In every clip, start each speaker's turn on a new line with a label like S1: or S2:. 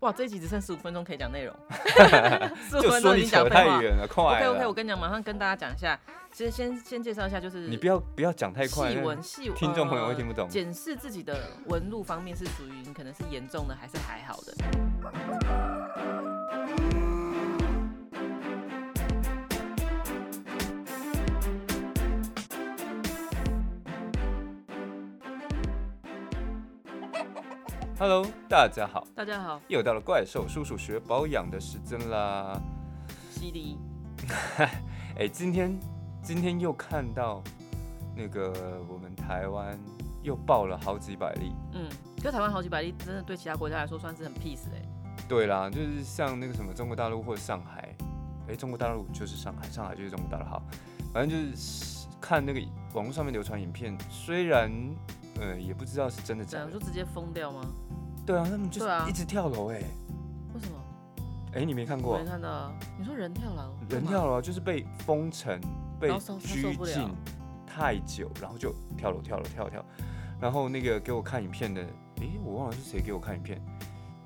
S1: 哇，这一集只剩十五分钟可以讲内容， 十五
S2: 就
S1: 分
S2: 说
S1: 钟已
S2: 你
S1: 经讲
S2: 扯
S1: 废
S2: 太
S1: 话。
S2: 远了，快
S1: OK
S2: 了。
S1: OK，我跟你讲，马上跟大家讲一下，其实先先介绍一下，就是
S2: 你不要不要讲太快，
S1: 细
S2: 那
S1: 纹细
S2: 听众朋友会听不懂
S1: 呃检视自己的纹路方面是属于你可能是严重的还是还好的。
S2: Hello，大家好，
S1: 大家好，
S2: 又到了怪兽叔叔学保养的时间啦。
S1: 西迪，
S2: 哎、今天今天又看到那个我们台湾又爆了好几百例。
S1: 嗯，可是台湾好几百例，真的对其他国家来说算是很 peace 哎、
S2: 对啦，就是像那个什么中国大陆或上海，哎、中国大陆就是上海，上海就是中国大陆好，反正就是看那个网络上面流传影片，虽然呃也不知道是真的
S1: 这
S2: 假
S1: 啊样就
S2: 的，
S1: 直接封掉吗？
S2: 对啊，他们就是
S1: 对啊
S2: 一直跳楼、哎、
S1: 为什么？
S2: 哎、你没看过
S1: 我
S2: 啊
S1: 没？看到啊。你说人跳楼？
S2: 人
S1: 干
S2: 跳
S1: 嘛
S2: 楼啊就是被封城、被
S1: 然后受
S2: 拘
S1: 受不了
S2: 禁太久，然后就跳楼、跳楼、跳楼跳楼。然后那个给我看影片的，诶，我忘了是谁给我看影片。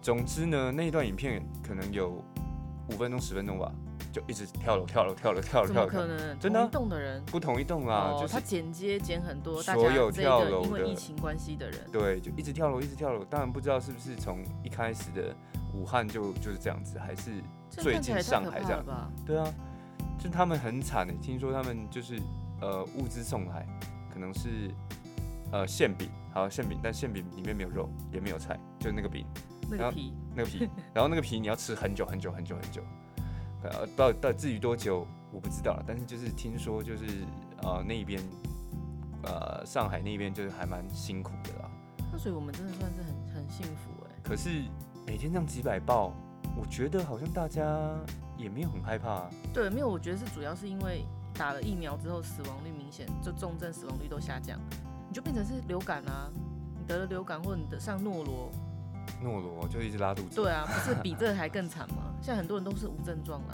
S2: 总之呢，那一段影片可能有五分钟、十分钟吧，就一直跳楼、跳楼、跳楼、跳楼、
S1: 怎
S2: 跳
S1: 么
S2: 楼跳
S1: 可
S2: 楼。
S1: 能？
S2: 真的啊
S1: 同一栋的人。
S2: 不同一栋啊，
S1: 哦
S2: 就，
S1: 他
S2: 是
S1: 剪接剪很多，大
S2: 所
S1: 家
S2: 有
S1: 这
S2: 跳
S1: 个
S2: 楼
S1: 因为
S2: 的
S1: 疫情关系的人，
S2: 对，就一直跳楼，一直跳楼。当然不知道是不是从一开始的武汉就就是这样子，还是
S1: 这
S2: 最
S1: 看起来
S2: 近
S1: 也太
S2: 上
S1: 可
S2: 海
S1: 怕
S2: 这样
S1: 了。吧？
S2: 对啊，就他们很惨的，听说他们就是呃物资送来，可能是呃馅饼，好馅饼，但馅饼里面没有肉，也没有菜，就那个饼，
S1: 那
S2: 然
S1: 个
S2: 后
S1: 皮，
S2: 那个皮，然后那个皮你要吃很久很久很久很久，呃，到到至于多久我不知道了，但是就是听说就是呃那边呃上海那边就是还蛮辛苦的啦，
S1: 那所以我们真的算是很很幸福哎、
S2: 可是每天这样几百爆，我觉得好像大家也没有很害怕啊、
S1: 对，没有，我觉得是主要是因为打了疫苗之后，死亡率明显就重症死亡率都下降，你就变成是流感啊，你得了流感或者你得上诺罗，
S2: 诺罗就一直拉肚子。
S1: 对啊，不是比这还更惨吗？现在很多人都是无症状啊，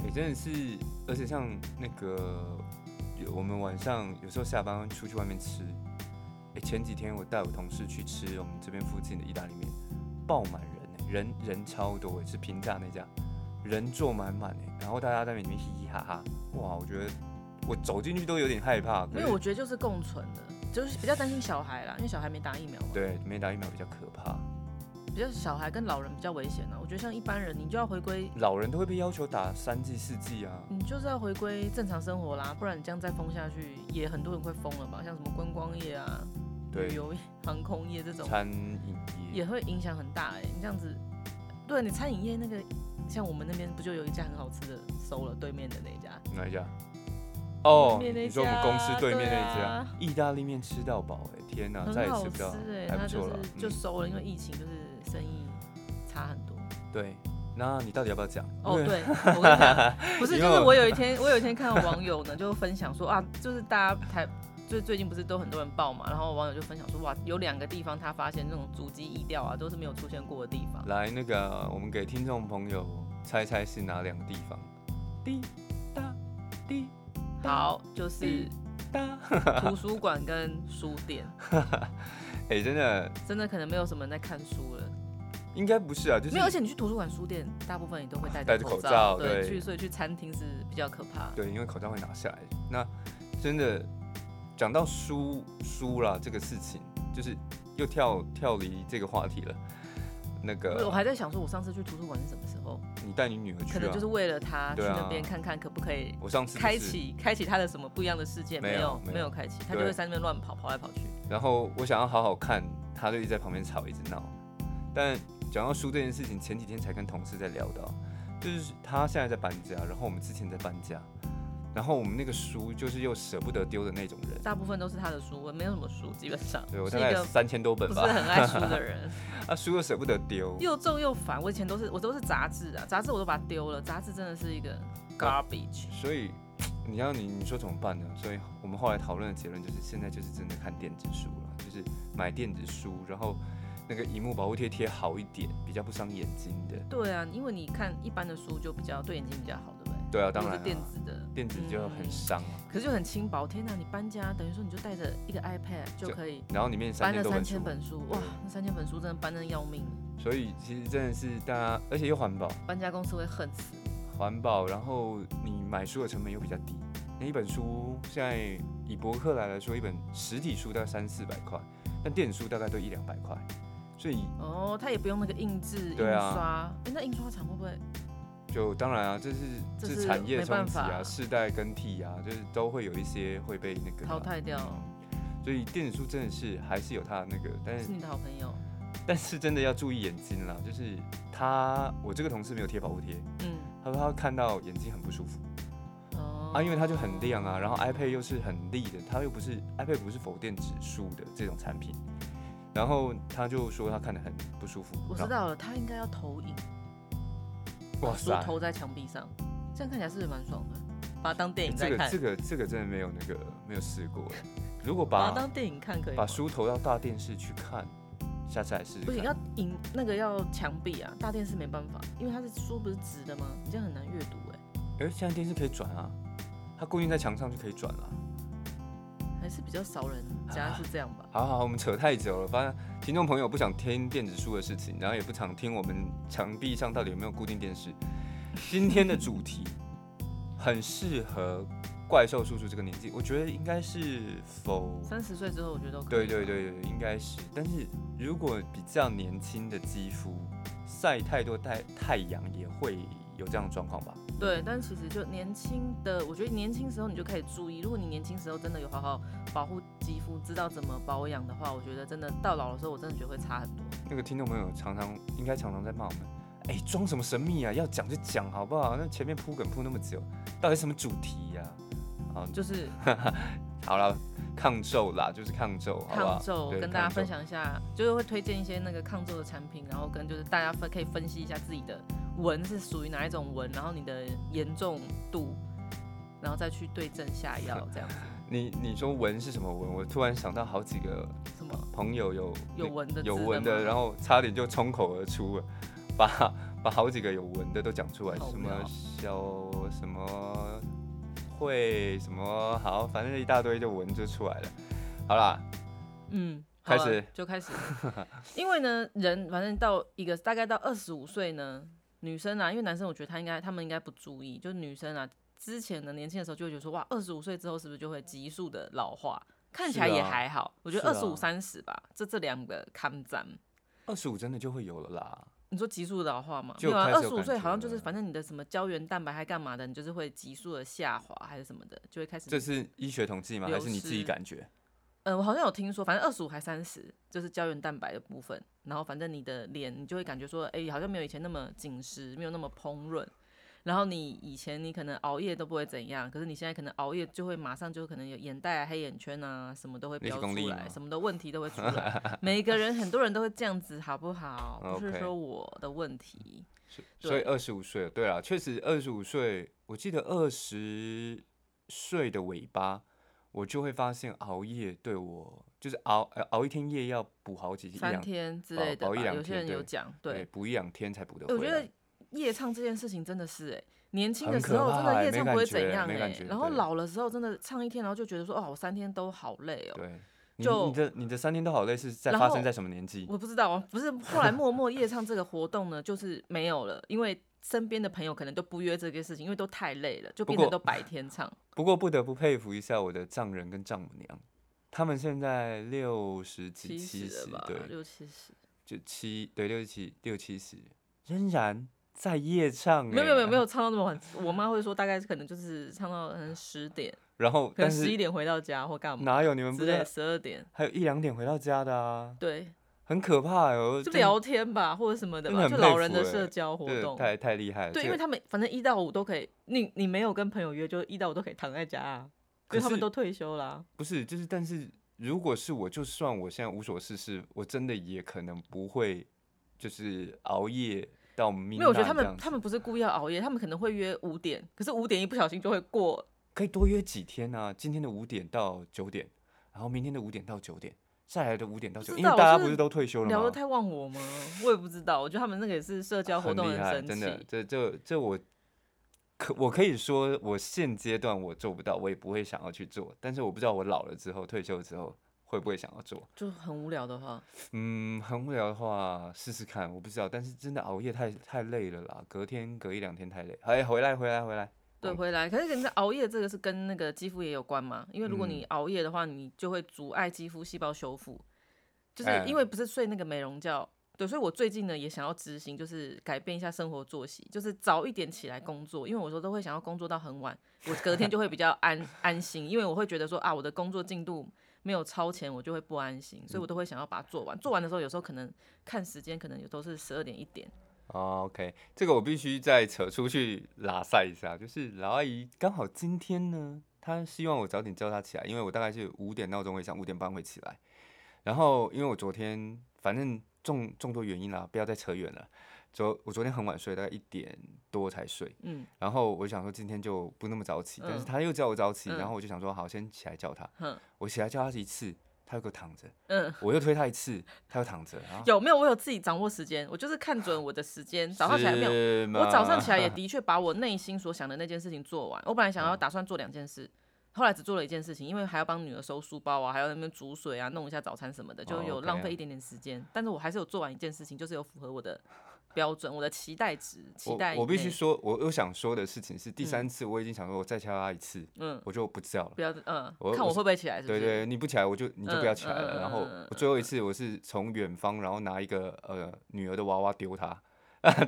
S2: 也、欸真的是，而且像那个，有我们晚上有时候下班会出去外面吃。哎、前几天我带我同事去吃我们这边附近的意大利面，爆满人、欸，人人超多、欸，是平价那家，人坐满满哎，然后大家在里面嘻嘻哈哈，哇，我觉得我走进去都有点害怕。可
S1: 没
S2: 是
S1: 有，我觉得就是共存的，就是比较担心小孩啦，因为小孩没打疫苗嘛，
S2: 对没打疫苗比较可怕，
S1: 比较小孩跟老人比较危险啊。我觉得像一般人，你就要回归，
S2: 老人都会被要求打三剂四剂啊。
S1: 你就是要回归正常生活啦，不然你这样再封下去，也很多人会疯了吧？像什么观光业啊、
S2: 对
S1: 旅游业、 航空业这种。
S2: 餐饮业
S1: 也会影响很大哎、你这样子，对你餐饮业那个，像我们那边不就有一家很好吃的收了对面的那一家？
S2: 哪一家？哦，
S1: 对面那
S2: 你说我们公司
S1: 家
S2: 对面
S1: 对
S2: 那一家
S1: 啊
S2: 意大利面吃到饱，哎，天哪，再
S1: 很
S2: 也
S1: 好
S2: 吃不
S1: 吃
S2: 到，
S1: 哎、
S2: 还
S1: 他
S2: 不
S1: 就
S2: 错
S1: 是
S2: 了。
S1: 就
S2: 嗯，
S1: 收了，因为疫情就是生意差很多。
S2: 对，那你到底要不要讲？
S1: 哦，
S2: 因为，
S1: 对，我跟你讲， 不是，
S2: 因
S1: 就
S2: 为
S1: 是
S2: 我
S1: 我有一天，我有一天看到网友呢就分享说啊，就是大家台，就是最近不是都很多人报嘛，然后网友就分享说哇，有两个地方他发现那种足迹移调啊，都是没有出现过的地方。
S2: 来那个，我们给听众朋友猜猜是哪两个地方？滴答滴
S1: 好，就是
S2: 答，
S1: 图书馆跟书店，
S2: 哎，真的
S1: 真的可能没有什么人在看书了。
S2: 应该不是啊，就是
S1: 没有，而且你去图书馆、书店，大部分你都会戴
S2: 戴着
S1: 着
S2: 口
S1: 罩，
S2: 罩
S1: 对，
S2: 对
S1: 去所以去餐厅是比较可怕。
S2: 对，因为口罩会拿下来。那真的讲到书书啦这个事情，就是又跳跳离这个话题了。那
S1: 不是我
S2: 个，
S1: 还在想说，我上次去图书馆是什么时候？
S2: 你带你女儿啊去啊？
S1: 可能就是为了他去
S2: 对啊
S1: 那边看看，可不可以
S2: 我上次就是
S1: 开启开启他的什么不一样的世界？
S2: 没有
S1: 有，
S2: 没有
S1: 没有开启，他就
S2: 对
S1: 会在那边乱跑，跑来跑去。
S2: 然后我想要好好看，他就一直在旁边吵，一直闹。但讲到书这件事情，前几天才跟同事在聊到，就是他现在在搬家，然后我们之前在搬家，然后我们那个书就是又舍不得丢的那种人。
S1: 大部分都是他的书，我没有什么书，基本上
S2: 对 我
S1: 是
S2: 大
S1: 一
S2: 概
S1: 个
S2: 三千多本
S1: 不是
S2: 吧，
S1: 很爱书的 人，
S2: 啊书又舍不得丢，
S1: 又重又烦。我以前都是我都是杂志啊，杂志我都把它丢了，杂志真的是一 个 garbage。
S2: 所以你要你你说怎么办呢？所以我们后来讨论的结论就是，现在就是真的看电子书了，就是买电子书，然后那个荧幕保护贴贴好一点，比较不伤眼睛的。
S1: 对啊，因为你看一般的书就比较对眼睛比较好，对不对？
S2: 对啊，当
S1: 如果
S2: 然、
S1: 是
S2: 啊、
S1: 电子的，
S2: 电子就
S1: 嗯
S2: 很伤啊、
S1: 可是就很轻薄。天哪，你搬家等于说你就带着一个 iPad 就
S2: 就
S1: 可以
S2: 然后里面三
S1: 搬了
S2: 千多
S1: 三
S2: 本书
S1: 千，本书，哇，那三千本书真的搬的要命。
S2: 所以其实真的是大家，而且又环保，
S1: 搬家公司会恨死。
S2: 环保，然后你买书的成本又比较低。那一本书现在以博客来来说，一本实体书大概三四百块，但电子书大概都一两百块，所以
S1: 哦，他也不用那个印制、印
S2: 对啊
S1: 刷，哎、那印刷厂会不会？
S2: 就当然啊，这是
S1: 这
S2: 这
S1: 是
S2: 产业
S1: 没
S2: 冲
S1: 办
S2: 击
S1: 法
S2: 啊，世代更替啊，就是都会有一些会被那个
S1: 淘汰掉
S2: 嗯所以电子书真的是还是有它的那个，但是
S1: 是你的好朋友？
S2: 但是真的要注意眼睛啦，就是他我这个同事没有贴保护贴，
S1: 嗯，
S2: 他说他看到眼睛很不舒服
S1: 哦，
S2: 啊，因为它就很亮啊，然后 iPad 又是很利的，它又不是 iPad 不是否电指数的这种产品，然后他就说他看得很不舒服，
S1: 我知
S2: 然后
S1: 道了，他应该要投影，把
S2: 哇
S1: 书
S2: 塞，
S1: 投在墙壁上，这样看起来是不是蛮爽的？把它当电影
S2: 这
S1: 在
S2: 个
S1: 看，
S2: 这个这个真的没有那个没有试过，欸如果
S1: 把
S2: 把
S1: 它当电影看可以吗
S2: 把书投到大电视去看，下次来试试
S1: 不行，
S2: 看。
S1: 要影那个要墙壁啊，大电视没办法，因为它是书不是直的吗？你这样很难阅读哎、
S2: 哎、现在电视可以转啊，它固定在墙上就可以转了。
S1: 还是比较少人
S2: 啊
S1: 家是这样吧。
S2: 好好好，我们扯太久了。反正听众朋友不想听电子书的事情，然后也不想听我们墙壁上到底有没有固定电视。今天的主题很适合怪兽叔叔这个年纪，我觉得应该是否
S1: 三十岁之后我觉得都可
S2: 对
S1: 以。
S2: 对，对对，应该是。但是如果比较年轻的肌肤晒太多太太阳，也会有这样的状况吧？
S1: 对，但其实就年轻的，我觉得年轻时候你就开始注意，如果你年轻时候真的有好好保护肌肤，知道怎么保养的话，我觉得真的到老的时候，我真的觉得会差很多。
S2: 那个听众朋友常常应该常常在骂我们，哎、装什么神秘啊？要讲就讲好不好？那前面铺梗铺那么久，到底什么主题呀、好，
S1: 就是
S2: 好了，抗皱啦，就是抗皱， 好不好？
S1: 抗皱，
S2: 对
S1: 跟大家
S2: 抗皱
S1: 分享一下，就是会推荐一些那个抗皱的产品，然后跟就是大家分可以分析一下自己的纹是属于哪一种纹，然后你的严重度，然后再去对症下药，这样子。
S2: 你你说纹是什么纹？我突然想到好几个
S1: 什么
S2: 朋友有
S1: 有纹的
S2: 有纹
S1: 的
S2: 的，
S1: 吗，
S2: 然后差点就冲口而出了，把把好几个有纹的都讲出来，
S1: 好无
S2: 什么
S1: 聊
S2: 小什么会什么好，反正一大堆就纹就出来了。好啦，
S1: 嗯，
S2: 开
S1: 好了
S2: 始
S1: 就开 始，因为呢，人反正到一个大概到二十五岁呢，女生啊，因为男生我觉得他应该他们应该不注意，就是女生啊，之前的年轻的时候就会觉得说，哇，二十五岁之后是不是就会急速的老化？看起来
S2: 是啊
S1: 也还好，我觉得二
S2: 是啊
S1: 十五三十吧，这这两个看站。
S2: 二十五真的就会有了啦。
S1: 你说急速的老化吗？
S2: 就
S1: 没有啊，
S2: 开
S1: 二
S2: 始有
S1: 十五岁
S2: 感觉
S1: 好像就是，
S2: 了
S1: 反正你的什么胶原蛋白还干嘛的，你就是会急速的下滑还是什么的，就会开始
S2: 这是医学统计吗？还
S1: 流
S2: 是你自己
S1: 失
S2: 感觉？
S1: 呃，我好像有听说，反正二十五还三十，就是胶原蛋白的部分。然后反正你的脸，你就会感觉说，哎、好像没有以前那么紧实，没有那么烹饪。然后你以前你可能熬夜都不会怎样，可是你现在可能熬夜就会马上就可能有眼袋啊、黑眼圈啊，什么都会
S2: 立
S1: 飙
S2: 功力
S1: 出
S2: 吗
S1: 来，什么的问题都会出 来。每个人很多人都会这样子，好不好？不是
S2: OK
S1: 说我的问题。
S2: 所以
S1: 对
S2: 二十五岁了，对啊，确实二十五岁，我记得二十岁的尾巴，我就会发现熬夜对我就是熬呃熬一天夜要补好几一
S1: 三
S2: 两
S1: 天之
S2: 保
S1: 类的
S2: 保
S1: 吧，
S2: 一两
S1: 有些
S2: 天
S1: 人有
S2: 对
S1: 讲，对，
S2: 补一两天才补得
S1: 欸我
S2: 回
S1: 觉
S2: 来
S1: 得。夜唱这件事情真的是哎、年轻
S2: 很
S1: 的时
S2: 可
S1: 候真
S2: 怕欸
S1: 的夜
S2: 没
S1: 唱
S2: 感
S1: 不会
S2: 觉
S1: 怎样
S2: 没
S1: 哎、
S2: 感觉
S1: 然后
S2: 对
S1: 老了时候真的唱一天，然后就觉得说哦，我三天都好累哦、
S2: 对，你
S1: 就
S2: 你的你的三天都好累是在
S1: 然
S2: 发
S1: 后
S2: 生在什么年纪？
S1: 我不知道啊，不是后来默默夜唱这个活动呢，就是没有了，因为身边的朋友可能都不约这个事情，因为都太累了，就
S2: 不
S1: 变成
S2: 过
S1: 都白天唱。
S2: 不过不得不佩服一下我的丈人跟丈母娘，他们现在六十几、
S1: 十
S2: 七十
S1: 了吧，，
S2: 对，
S1: 六七十，
S2: 就七对六七六七十，仍然在夜唱、欸。
S1: 没有没有没有没有唱到那么晚，我妈会说大概可能就是唱到可能十点，
S2: 然后
S1: 可
S2: 但
S1: 能十一
S2: 是
S1: 点回到家或干嘛
S2: 哪有你们不
S1: 之
S2: 是
S1: 类，十二点，
S2: 还有一两点回到家的啊，
S1: 对，
S2: 很可怕哎、我
S1: 就
S2: 真
S1: 聊天吧或者什么的
S2: 真的
S1: 吧，
S2: 很
S1: 就
S2: 佩
S1: 老人
S2: 服
S1: 的
S2: 欸
S1: 社交活
S2: 这
S1: 动。
S2: 太太厉害了。
S1: 对，因为
S2: 他
S1: 他们反正一到五都可以，你你没有跟朋友约，就一到五都可以躺在家啊，因为他们都退休啊啦、
S2: 不是就是，但是如果是我，就算我现在无所事事，我真的也可能不会就是熬夜到明。
S1: 因为我觉得他们他们不是故意要熬夜，他们可能会约五点，可是五点一不小心就会过，
S2: 可以多约几天啊，今天的五点到九点，然后明天的五点到九点，再来的五点到九，
S1: 不
S2: 因
S1: 知
S2: 为
S1: 道
S2: 大家
S1: 我就
S2: 不
S1: 是
S2: 是都退休
S1: 聊得
S2: 了吗？啊
S1: 太忘我吗？我也不知道，我觉得他们那个也是社交活
S2: 很
S1: 动
S2: 厉害，
S1: 神
S2: 真的
S1: 奇，。
S2: 这这这我可我可以说，我现阶段我做不到，我也不会想要去做，但是我不知道我老了之后，退休之后会不会想要做？
S1: 就很无聊的话，
S2: 嗯，很无聊的话试试看，我不知道，但是真的熬夜太太累了啦，隔天隔一两天太累。哎，回来回来回来，
S1: 对，
S2: 嗯
S1: 回来。可是你在熬夜这个是跟那个肌肤也有关嘛？因为如果你熬夜的话，你就会阻碍肌肤细胞修复，就是
S2: 哎
S1: 因为不是睡那个美容觉。对，所以我最近呢也想要执行，就是改变一下生活作息，就是早一点起来工作，因为我说都会想要工作到很晚，我隔天就会比较安安心，因为我会觉得说啊，我的工作进度没有超前，我就会不安心，所以我都会想要把它做完。做完的时候，有时候可能看时间，可能有都是十二点一点。
S2: 哦，OK，这个我必须再扯出去拉塞一下，就是老阿姨刚好今天呢，她希望我早点叫她起来，因为我大概是五点闹钟会响，五点半会起来。然后因为我昨天反正众众多原因啦，不要再扯远了。昨我昨天很晚睡，大概一点多才睡，
S1: 嗯
S2: 然后我就想说今天就不那么早起，但是
S1: 嗯
S2: 她又叫我早起，然
S1: 嗯
S2: 后我就想说好，先起来叫她。
S1: 哼
S2: 我起来叫她一次，她又给我躺着，
S1: 嗯，
S2: 我又推她一次，她又躺着，然后
S1: 有没有？我有自己掌握时间，我就是看准我的时间，早上起来没有。
S2: 是
S1: 我早上
S2: 吗嗯
S1: 起来也的确把我内心所想的那件事情做完。我本来想要打算做两件事，后来只做了一件事情，因为还要帮女儿收书包啊，还要在那边煮水啊，弄一下早餐什么的，就
S2: 哦
S1: 有
S2: ，OK
S1: 浪
S2: 啊
S1: 费一点点时间。但是我还是有做完一件事情，就是有符合我的标准，我的期待值，期
S2: 我
S1: 待
S2: 我必须
S1: 内，
S2: 说，我我想说的事情是，第三次我已经想说，我再敲他一次，
S1: 嗯，
S2: 我就不叫了。
S1: 不要，嗯
S2: 我，
S1: 看
S2: 我
S1: 我
S2: 是
S1: 会不会起来，是不
S2: 对
S1: 是？
S2: 对，你不起来我就你就不要起来
S1: 嗯嗯
S2: 了。
S1: 嗯
S2: 然后
S1: 嗯嗯
S2: 我最后一次我是从远方，然后拿一个呃女儿的娃娃丢他，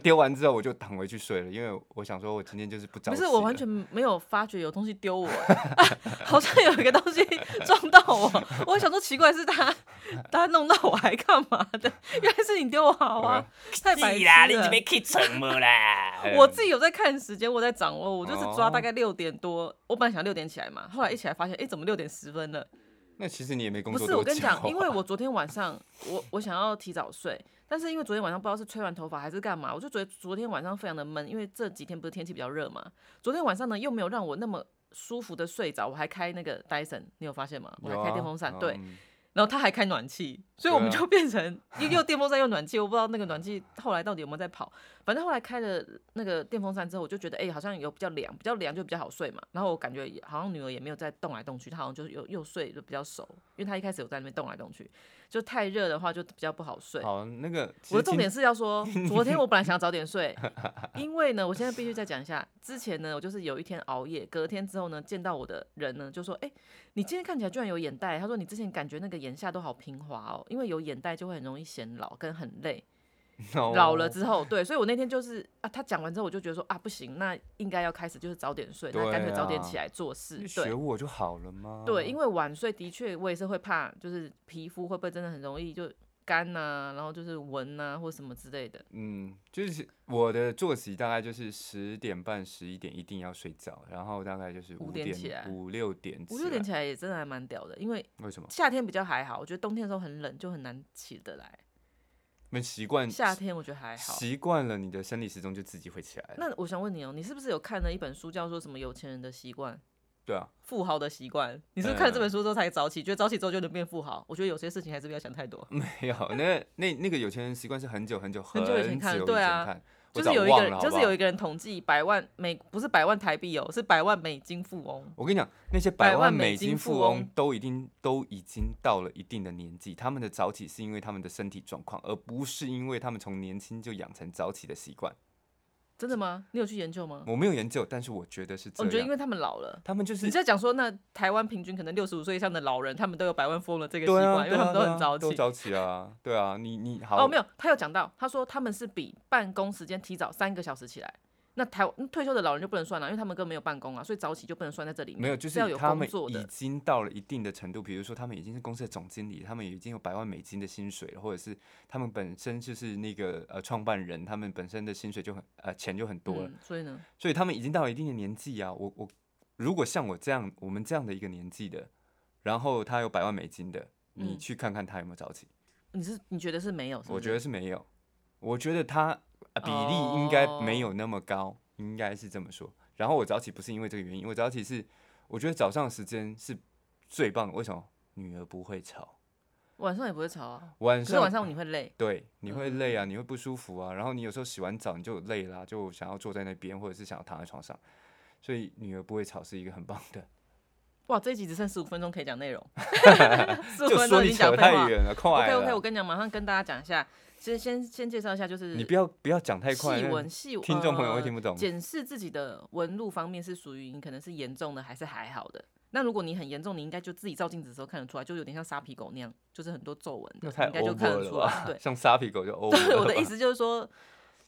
S2: 丢完之后我就躺回去睡了，因为我想说我今天就是不早
S1: 不
S2: 起
S1: 是，
S2: 了。
S1: 我完全没有发觉有东西丢我、欸 好像有一个东西撞到我。 我想说奇怪，是他他弄到我还干嘛的？ 原来是你丢我娃娃，太白
S3: 是啦，
S1: 痴
S3: 你哎是
S1: 了
S3: 被。去成么啦？
S1: 我自己有在看时间，我在掌握，我就是抓大
S2: 哦
S1: 概六点多。我本来想六点起来嘛，后来一起来发现，哎、怎么六点十分了？
S2: 那其实你也没工
S1: 不
S2: 作
S1: 是，
S2: 多
S1: 我跟你
S2: 久啊
S1: 讲，因为我昨天晚上我我想要提早睡，但是因为昨天晚上不知道是吹完头发还是干嘛，我就觉得昨天晚上非常的闷，因为这几天不是天气比较热嘛，昨天晚上呢又没有让我那么舒服的睡着，我还开那个 Dyson，你有发现吗？我还
S2: 有
S1: 开电
S2: 啊
S1: 风扇，
S2: 嗯
S1: 对，然后他还开暖气，所以我们
S2: 对啊
S1: 就变成又又电风扇又暖气，我不知道那个暖气后来到底有没有在跑。反正后来开了那个电风扇之后，我就觉得哎、好像有比较凉，比较凉就比较好睡嘛。然后我感觉也好像女儿也没有在动来动去，她好像就是又又睡就比较熟，因为她一开始有在那边动来动去，就太热的话就比较不好睡。
S2: 好，那个其
S1: 我的
S2: 实
S1: 重
S2: 今
S1: 点是要说，昨天我本来想要早点 睡，因为呢，我现在必须再讲一下，之前呢，我就是有一天熬夜，隔天之后呢，见到我的人呢，就说，哎、你今天看起来居然有眼袋，他说你之前感觉那个眼下都好平滑哦，因为有眼袋就会很容易显老跟很累，老了
S2: 哦
S1: 之后，对，所以我那天就是啊，他讲完之后，我就觉得说啊，不行，那应该要开始就是早点睡，那干脆早点
S2: 对啊
S1: 起来做事，对
S2: 学。我就好了吗？
S1: 对，因
S2: 为
S1: 为晚睡的确，我也是会怕，就是皮肤会不会真的很容易就干呐、然后就是纹呐、或什么之类的。
S2: 嗯，就是我的作息大概就是十点半、十一点一定要睡觉，然后大概就是
S1: 五点
S2: 点
S1: 起来
S2: 五六点
S1: 五六点起来也真的还蛮屌的，因为
S2: 来，为什么？
S1: 夏天比较还好，我觉得冬天的时候很冷，就很难起得来。
S2: 没习惯
S1: 夏天我觉得还好。
S2: 习惯了，你的生理时钟就自己会起来了。
S1: 那我想问你哦，你是不是有看了一本书叫做什么《有钱人的习惯》？
S2: 对啊，
S1: 富豪的习惯，你是不是
S2: 呃
S1: 看了这本书之后才早起？觉得早起之后就能变富豪？我觉得有些事情还是不要想太多。
S2: 没有那那那个有钱人习惯是很久很久
S1: 很
S2: 很
S1: 久以
S2: 以
S1: 前
S2: 前
S1: 看的对啊
S2: 看我
S1: 就是
S2: 早
S1: 有一
S2: 忘
S1: 个人，
S2: 了
S1: 就
S2: 好
S1: 是
S2: 不
S1: 有
S2: 好
S1: 一个人统计百万美，不是百万台币哦，是百万美金富翁。
S2: 我跟你讲，那些
S1: 百
S2: 百
S1: 万
S2: 万
S1: 美
S2: 美
S1: 金
S2: 金
S1: 富
S2: 富
S1: 翁
S2: 翁都已经都已经到了一定的年纪，他们的早起是因为他们的身体状况，而不是因为他们从年轻就养成早起的习惯。
S1: 真的吗？你有去研究吗？
S2: 我没有研究，但是我觉得是这
S1: 我哦觉得因
S2: 样。
S1: 为他们老了。
S2: 他们就是
S1: 你在讲说，那台湾平均可能六十五岁以上的老人，他们都有百万富翁的这个习
S2: 对
S1: 惯，
S2: 啊，
S1: 因为他们都
S2: 对啊
S1: 很早
S2: 都
S1: 起。
S2: 早起啊，对啊，你你好，
S1: 哦，没有，他有讲到，他说他们是比办公时间提早三个小时起来。那台嗯退休的老人就不能算了，因为他们根本没有办公啊，所以早起就不能算在这里面。
S2: 没有，就是
S1: 要有
S2: 他
S1: 工
S2: 们
S1: 作
S2: 已
S1: 的。
S2: 经到了一定的程度，比如说他们已经是公司的总经理，他们已经有百万美金的薪水了，或者是他们本身就是那个呃创办人，他们本身的薪水就很呃钱就很多了，
S1: 嗯，所以呢，
S2: 所以他们已经到了一定的年纪啊。我我如果像我这样，我们这样的一个年纪的，然后他有百万美金的，你
S1: 嗯
S2: 去看看他有没有早起，
S1: 你是你觉得是没有？是不
S2: 我
S1: 是
S2: 觉得是没有，我觉得他、呃比例应
S1: 哦
S2: 该没有那么高应该是这么说。然后我早起不是因为这个原因，我早起是我觉得早上的时间是最棒的，为什么？女儿不会吵，
S1: 晚上也不会吵啊，
S2: 晚
S1: 可是
S2: 上
S1: 晚上嗯你会累。
S2: 对你会累啊，你会不舒服啊，然后你有时候洗完澡你就累啦、就想要坐在那边，或者是想要躺在床上，所以女儿不会吵是一个很棒的。
S1: 哇，这一集只剩十五分钟可以讲 内容，十五
S2: 就
S1: 分
S2: 说
S1: 钟已
S2: 你
S1: 经讲
S2: 扯
S1: 废
S2: 太
S1: 话。
S2: 远了，快
S1: OK
S2: 了。
S1: OK，我跟你讲，马上跟大家讲一下。其实先先介绍一下，就是
S2: 你不要不要讲太快，
S1: 细
S2: 那
S1: 纹细
S2: 听众朋友会
S1: 呃
S2: 听不懂
S1: 检视自己的纹路方面是属于你可能是严重的还是还好的。那如果你很严重，你应该就自己照镜子的时候看得出来，就有点像沙皮狗那样，就是很多皱纹的
S2: 那，太
S1: 应该就看
S2: over
S1: 得
S2: 了
S1: 出来。
S2: 吧？，
S1: 对
S2: 像沙皮 狗就 over 了吧。
S1: 对，我的意思就是说，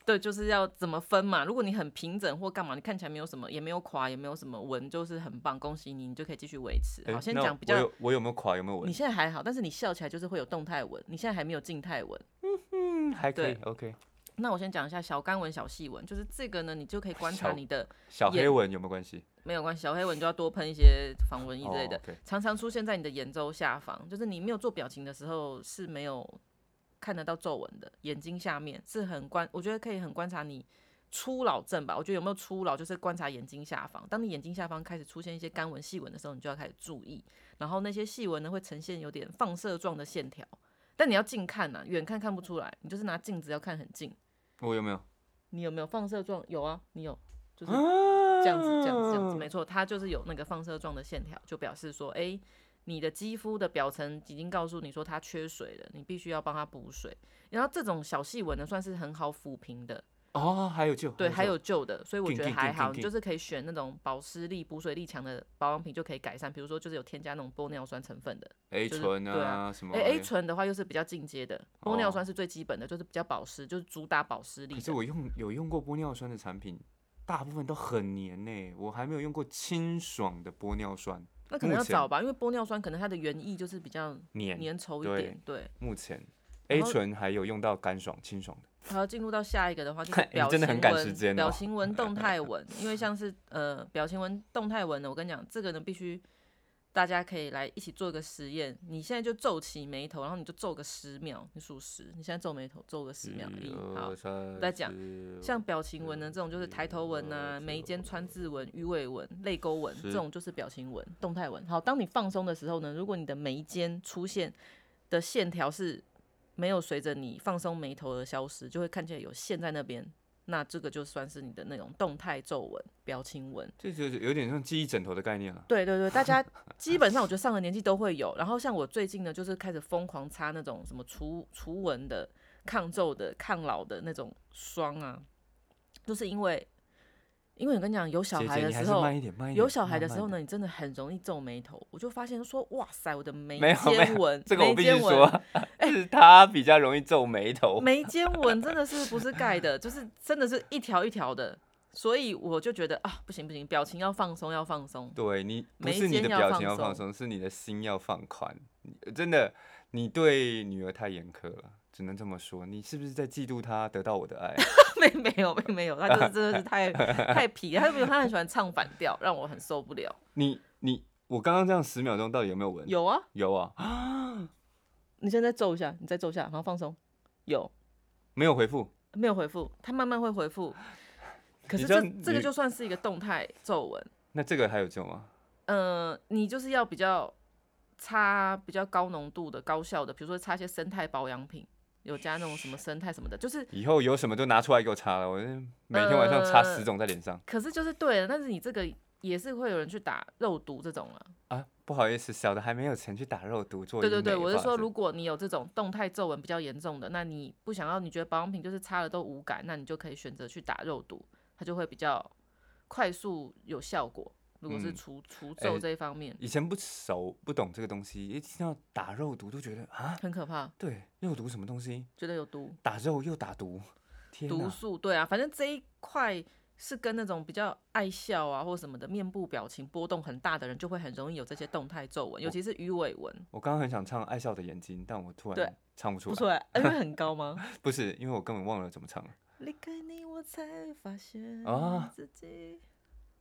S1: 对，就是要怎么分嘛。如果你很平整或干嘛，你看起来没有什么，也没有垮，也没有什么纹，就是很棒，恭喜你，你就可以继续维持。
S2: 诶
S1: 好，先
S2: 那
S1: 讲比
S2: 我
S1: 较
S2: 有，我有没有垮？有没有
S1: 你
S2: 纹？
S1: 现在还好，但是你笑起来就是会有动态纹，你现在还没有静态纹。
S2: 嗯，还可以
S1: 对
S2: ，OK。
S1: 那我先讲一下小干纹、小细纹，就是这个呢，你就可以观察
S2: 小
S1: 你的
S2: 小黑
S1: 眼
S2: 纹有没有关系？
S1: 没有关系，小黑纹就要多喷一些防蚊液之类的，
S2: 哦，OK
S1: 常常出现在你的眼周下方，就是你没有做表情的时候是没有看得到皱纹的，眼睛下面是很观，我觉得可以很观察你初老症吧，我觉得有没有初老就是观察眼睛下方，当你眼睛下方开始出现一些干纹、细纹的时候，你就要开始注意，然后那些细纹呢会呈现有点放射状的线条，但你要近看呐、远看看不出来，你就是拿镜子要看很近，
S2: 我有没有？
S1: 你有没有放射状？有 啊，你有， 就是。
S2: 这
S1: 这样子，这样子，这
S2: 嗯
S1: 样子，没错，它就是有那个放射状的线条，就表示说，哎、你的肌肤的表层已经告诉你说它缺水了，你必须要帮它补水。然后这种小细纹呢，算是很好抚平的，
S2: 哦，还有救，
S1: 对，
S2: 救
S1: 还有旧的，所以我
S2: 定
S1: 觉得
S2: 定
S1: 还
S2: 定
S1: 好，
S2: 定
S1: 你就是可以选那种保湿力、补水力强的保养品就可以改善，比如说就是有添加那种玻尿酸成分的。
S2: A
S1: 就是
S2: 醇
S1: 对
S2: 啊，
S1: 啊
S2: 什么
S1: 哎、A
S2: 的。
S1: 醇的话又是比较进阶的，玻尿酸是最基本的，就是比较保湿，就是主打保湿力
S2: 可是
S1: 的。
S2: 我用有用过玻尿酸的产品，大部分都很黏呢、我还没有用过清爽的玻尿酸，
S1: 那可能
S2: 目
S1: 要
S2: 前
S1: 找吧，因为玻尿酸可能它的原意就是比较
S2: 黏。
S1: 粘稠
S2: 对
S1: 一点，对。
S2: 目前
S1: 然
S2: A
S1: 后
S2: 醇还有用到干爽、清爽的。
S1: 好，进入到下一个的话，就是
S2: 哎
S1: 表情
S2: 真的很
S1: 纹、
S2: 赶时间哦
S1: 表情纹、动态纹，因为像是呃表情纹、动态纹呢，我跟你讲，这个呢必须大家可以来一起做一个实验。你现在就皱起眉头，然后你就皱个十秒，你数十，你现在皱眉头皱个十
S2: 哎
S1: 秒，一好。
S2: 我
S1: 我在讲像表情纹呢，这种就是抬头纹啊、眉间川字纹、鱼尾纹、泪沟纹，
S2: 是
S1: 这种就是表情纹、动态纹。好，当你放松的时候呢，如果你的眉间出现的线条是没有随着你放松眉头而消失，就会看起来有线在那边，那这个就算是你的那种动态皱纹、表情纹。
S2: 这就是有点像记忆枕头的概念了。
S1: 对对对，大家基本上我觉得上了年纪都会有。然后像我最近呢，就是开始疯狂擦那种什么除除纹的、抗皱的、抗老的那种霜啊，就是因为，因为我跟你讲，有小
S2: 姐
S1: 孩
S2: 姐，
S1: 的
S2: 你还
S1: 时
S2: 是
S1: 候，
S2: 慢一点，慢一点。
S1: 有小孩
S2: 慢
S1: 的
S2: 慢
S1: 时候呢，你真的很容易皱眉头。我就发现说，哇塞，我的眉
S2: 没有没
S1: 间
S2: 有
S1: 纹，
S2: 这个我
S1: 眉
S2: 必须
S1: 间纹 哎
S2: 说，是他比较容易皱眉头。
S1: 眉间纹真的是不是盖的，就是真的是一条一条的，所以我就觉得啊，不行不行，表情要放松，要放松。
S2: 对你不
S1: 眉
S2: 是你
S1: 间
S2: 的
S1: 要
S2: 表
S1: 放
S2: 情要放
S1: 松
S2: 松，是你的心要放宽。你真的，你对女儿太严苛了，只能这么说。你是不是在嫉妒她得到我的爱？
S1: 没没有没没有，他就是真的是太太皮了，他比如他很喜欢唱反调，让我很受不了。
S2: 你你，我刚刚这样十秒钟到底有没有闻？
S1: 有啊，
S2: 有啊，
S1: 你现在再皱一下，你再皱一下，然后放松。有
S2: 没有回复。
S1: 没有回复？他慢慢会回复。可
S2: 你
S1: 是这
S2: 这样
S1: 这个
S2: 你
S1: 就算是一个动态皱纹，
S2: 那这个还有救吗？
S1: 呃，你就是要比较擦比较高浓度的、高效的，比如说擦一些生态保养品，有加那种什么生态什么的，就是
S2: 以后有什么都拿出来给我擦了，我
S1: 呃
S2: 这每天晚上擦十种在脸上、
S1: 可是就是对了，但是你这个也是会有人去打肉毒这种啊。
S2: 啊。不好意思，小的还没有钱去打肉毒做
S1: 对
S2: 医
S1: 对对，
S2: 美
S1: 我是
S2: 吧
S1: 说，如果你有这种动态皱纹比较严重的，那你不想要，你觉得保养品就是擦了都无感，那你就可以选择去打肉毒，它就会比较快速有效果。如果是
S2: 嗯
S1: 除、除皱
S2: 哎
S1: 这一方面，
S2: 以前不熟不懂这个东西，一听到打肉毒都觉得啊，
S1: 很可怕，
S2: 对，肉毒什么东西？
S1: 觉得有毒
S2: 打肉又打毒，天
S1: 毒
S2: 哪！
S1: 素，对啊，反正这一块是跟那种比较爱笑啊或什么的面部表情波动很大的人，就会很容易有这些动态皱纹，尤其是鱼尾纹，
S2: 我刚刚很想唱《爱笑的眼睛》，但我突
S1: 对
S2: 然唱不出
S1: 不
S2: 来，
S1: 出来，哎因为很 高吗？
S2: 不是因为我根本忘了怎么唱了。
S1: 离开你，我才发现
S2: 啊
S1: 自己。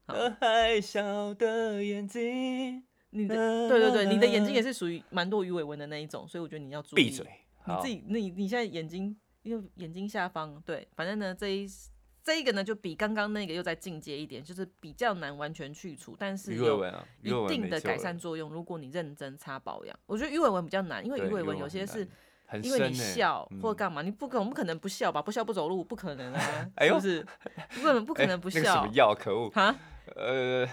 S1: 好
S2: 和爱笑的眼睛，
S1: 你
S2: 啦
S1: 的对对对，你的眼睛也
S2: 啦
S1: 是属于蛮多鱼尾纹的那一种，所以我觉得你要注意。
S2: 闭嘴！，
S1: 你
S2: 好
S1: 自己，你你现在眼睛，因为眼睛下方，对，反正呢这一这一个呢就比刚刚那个又再进阶一点，就是比较难完全去除，但是
S2: 鱼尾
S1: 有
S2: 纹啊，鱼尾
S1: 一
S2: 纹
S1: 定
S2: 没
S1: 的
S2: 救
S1: 改
S2: 了
S1: 善作用。如果你认真擦保养，我觉得鱼尾纹比较难，因为
S2: 对
S1: 鱼尾
S2: 鱼
S1: 纹有些
S2: 很
S1: 是
S2: 难很
S1: 因为你
S2: 深欸
S1: 笑或
S2: 嗯！
S1: 干嘛，你不可我们不可能不笑吧？不笑不走路，不可能啊
S2: 哎呦
S1: 是不是？不可能不可
S2: 哎
S1: 能不
S2: 那个什
S1: 笑
S2: 么药，可恶！
S1: 啊！
S2: 呃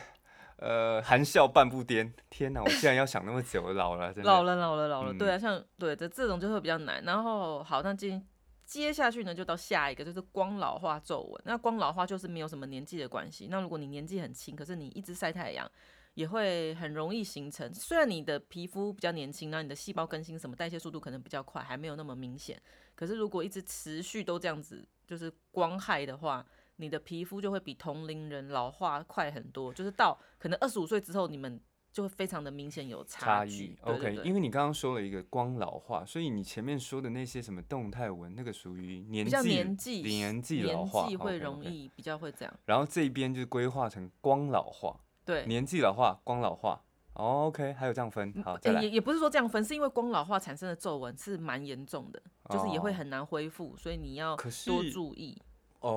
S2: 呃，含笑半步癫。天哪，我竟然要想那么久，老了，真的。
S1: 老了，老了，老了，
S2: 嗯
S1: 对啊，像对这这种就会比较难。然后好，那接接下去呢，就到下一个，就是光老化皱纹。那光老化就是没有什么年纪的关系。那如果你年纪很轻，可是你一直晒太阳，也会很容易形成。虽然你的皮肤比较年轻，然后你的细胞更新什么代谢速度可能比较快，还没有那么明显。可是如果一直持续都这样子，就是光害的话。你的皮肤就会比同龄人老化快很多，就是到可能二十五岁之后，你们就会非常的明显有
S2: 差
S1: 距
S2: 异。
S1: 对
S2: OK，
S1: 对对
S2: 因为你刚刚说了一个光老化，所以你前面说的那些什么动态纹，那个属于年
S1: 比较
S2: 纪
S1: 年纪
S2: 年纪老
S1: 年
S2: 化，
S1: 纪会
S2: OK，OK
S1: 容。易比较会这样，
S2: 然后这一边就规划成光老化，
S1: 对，
S2: 年纪老化，光老化。哦 OK，还有这样分，好，再
S1: 呃
S2: 来
S1: 也。也不是说这样分，是因为光老化产生的皱纹是蛮严重的，就是也会
S2: 哦
S1: 很难恢复，所以你要
S2: 可
S1: 多
S2: 是
S1: 注意，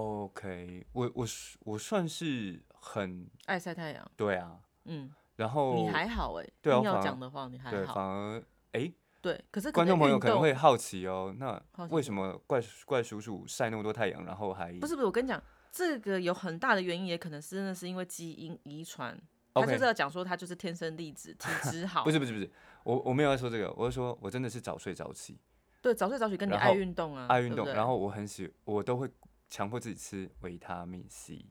S2: OK，我我是我算是很
S1: 爱晒太阳。
S2: 对啊，
S1: 嗯，
S2: 然后
S1: 你还好哎、
S2: 哦对啊
S1: 硬要
S2: 反而
S1: 讲的话你还
S2: 对，反
S1: 好，
S2: 而哎，
S1: 对，可是
S2: 观众朋友可
S1: 运
S2: 能
S1: 动
S2: 会好奇哦，那
S1: 好奇
S2: 为
S1: 什
S2: 什么怪怪叔叔晒那么多太阳，然后还
S1: 不是不是，我跟你讲，这个有很大的原因，也可能是真的是因为基因遗传。他
S2: OK？
S1: 就是要讲说他就是天生丽质， 体质好。
S2: 不是不是不是，我我没有要说这个，我是说我真的是早睡早起，
S1: 对，早睡早起跟你
S2: 然
S1: 爱
S2: 后
S1: 运动啊，
S2: 爱
S1: 对
S2: 运
S1: 不
S2: 动，
S1: 对
S2: 然后我很喜，我都会强迫自己吃维他命 C。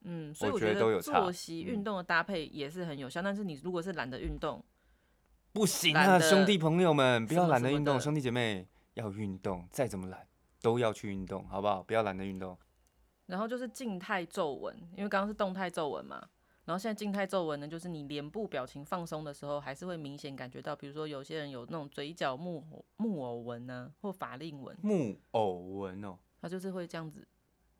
S1: 嗯，所以
S2: 我
S1: 我
S2: 觉
S1: 觉
S2: 得都有差
S1: 作息、运
S2: 嗯
S1: 动的搭配也是很有效。但是你如果是懒得运动，
S2: 不行
S1: 懒
S2: 啊，
S1: 得
S2: 兄弟朋友们，不
S1: 什
S2: 要
S1: 么
S2: 懒
S1: 什
S2: 得
S1: 么
S2: 运动，
S1: 的
S2: 兄弟姐妹要运动，再怎么懒都要去运动，好不好？不要懒得运动。
S1: 然后就是静态皱纹，因为刚刚是动态皱纹嘛，然后现在静态皱纹呢，就是你脸部表情放松的时候，还是会明显感觉到，比如说有些人有那种嘴角木偶木偶纹啊，或法令纹，
S2: 木偶纹哦，
S1: 它就是会这样子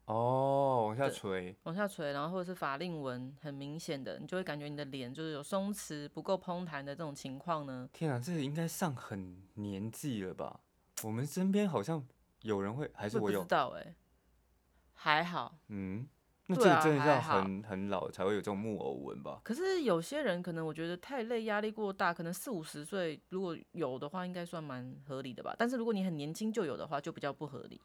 S2: 哦，往下
S1: 对
S2: 垂，
S1: 往下垂，然后或者是法令纹，很明显的，你就会感觉你的脸就是有松弛、不够嘭弹的这种情况呢。
S2: 天啊，这应该上很年纪了吧？我们身边好像有人会，还是
S1: 不
S2: 我
S1: 知
S2: 有，
S1: 道哎、还好，
S2: 嗯，那这
S1: 对
S2: 个
S1: 啊
S2: 真的是要
S1: 还好
S2: 很很老才会有这种木偶纹吧？
S1: 可是有些人可能我觉得太累、压力过大，可能四五十岁如果有的话，应该算蛮合理的吧。但是如果你很年轻就有的话，就比较不合理。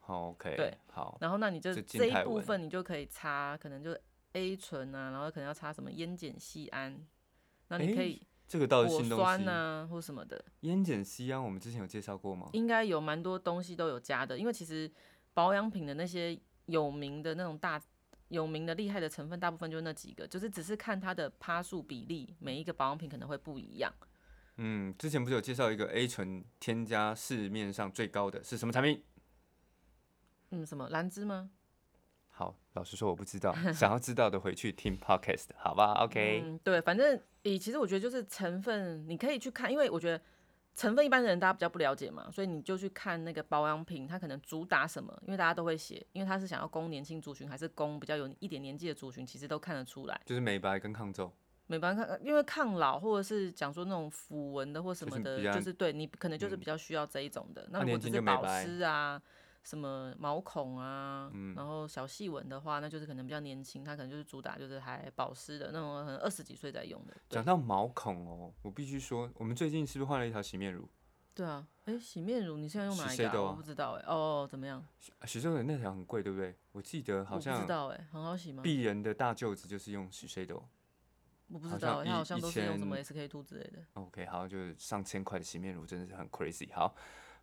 S2: 好，OK，
S1: 对，
S2: 好，
S1: 然后那你就是
S2: 静
S1: 这一
S2: 态
S1: 部
S2: 纹
S1: 分你就可以擦，可能就 A 醇啊，然后可能要擦什么烟碱酰胺，那你可
S2: 诶
S1: 以
S2: 这个倒是
S1: 果
S2: 新东
S1: 酸
S2: 西。
S1: 啊或什么的，
S2: 烟碱酰胺我们之前有介绍过吗？
S1: 应该有蛮多东西都有加的。因为其实保养品的那些有名的那种大。有名的厉害的成分，大部分就那几个，就是只是看它的趴数比例，每一个保养品可能会不一样。
S2: 嗯，之前不是有介绍一个 A 醇添加市面上最高的是什么产品？
S1: 嗯，什么兰芝吗
S2: 好，老实说我不知道，想要知道的回去听 podcast，好吧？OK，、
S1: 嗯，对，反正以其实我觉得就是成分，你可以去看，因为我觉得成分一般的人大家比较不了解嘛，所以你就去看那个保养品，它可能主打什么，因为大家都会写，因为它是想要供年轻族群还是供比较有一点年纪的族群，其实都看得出来。
S2: 就是美白跟抗皱，
S1: 美白抗，呃因为抗老或者是讲说那种抚纹的或什
S2: 就是
S1: 么
S2: 比
S1: 的，
S2: 较
S1: 就是对你可能就是
S2: 嗯
S1: 比较需要这一种的。
S2: 啊
S1: 那如果
S2: 年
S1: 只
S2: 轻
S1: 是
S2: 就美
S1: 保
S2: 白嗯
S1: 湿啊、什么毛孔啊，然后小细纹的话，那就是可能比较年轻，它可能就是主打就是还保湿的那种，可能二十几岁在用的。对
S2: 讲到毛孔哦，我必须说，我们最近是不是换了一条洗面乳？
S1: 对啊，哎，洗面乳你现在用
S2: 是
S1: 哪一个、
S2: 谁的
S1: 我
S2: 啊
S1: 不知道哎、哦，怎么样？
S2: 啊许秀的那条很贵，对不对？我记得
S1: 我
S2: 好
S1: 不知
S2: 像
S1: 道哎、很好洗吗？
S2: 鄙人的大舅子就是用许秀的哦。
S1: 我不知
S2: 好
S1: 道
S2: 像
S1: 欸，它好
S2: 以
S1: 像
S2: 以
S1: 都是用什么
S2: 前
S1: SK two 之类的。
S2: OK，好，就是上千块的洗面乳真的是很 crazy。好，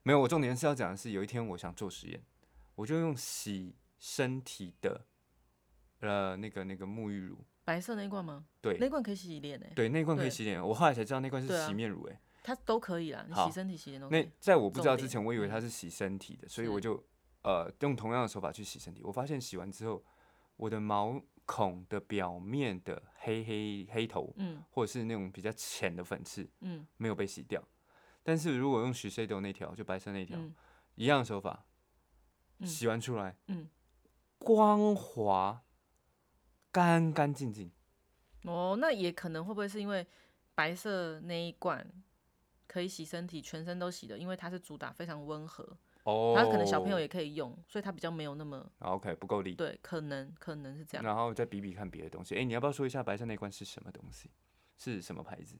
S2: 没有，我重点是要讲的是，有一天我想做实验，我就用洗身体的，呃，那个那个沐浴乳，
S1: 白色那一罐吗？
S2: 对
S1: 那一罐可以洗脸哎、
S2: 对，那一罐可
S1: 对
S2: 以洗脸。我后来才知道那罐是
S1: 对啊
S2: 洗面乳、欸，
S1: 它都可以啦，你洗
S2: 好
S1: 身体、洗脸都可
S2: 那
S1: 以。
S2: 在我不
S1: 重
S2: 知道之
S1: 点
S2: 前，我以为它
S1: 嗯
S2: 是洗身体的，所以
S1: 是
S2: 我就呃用同样的手法去洗身体。我发现洗完之后，我的毛孔的表面的黑黑黑头，
S1: 嗯
S2: 或者是那种比较浅的粉刺，
S1: 嗯
S2: 没有被洗掉。但是如果用许 C 豆那条，就白色那条，
S1: 嗯
S2: 一样的手法，
S1: 嗯
S2: 洗完出来
S1: 嗯，
S2: 光滑，干干净净。
S1: 哦，那也可能会不会是因为白色那一罐可以洗身体，全身都洗的，因为它是主打非常温和，
S2: 哦
S1: 它可能小朋友也可以用，所以它比较没有那么
S2: 啊 OK 不够力。
S1: 对，可能可能是这样。
S2: 然后再比比看别的东西。哎、你要不要说一下白色那罐是什么东西？是什么牌子？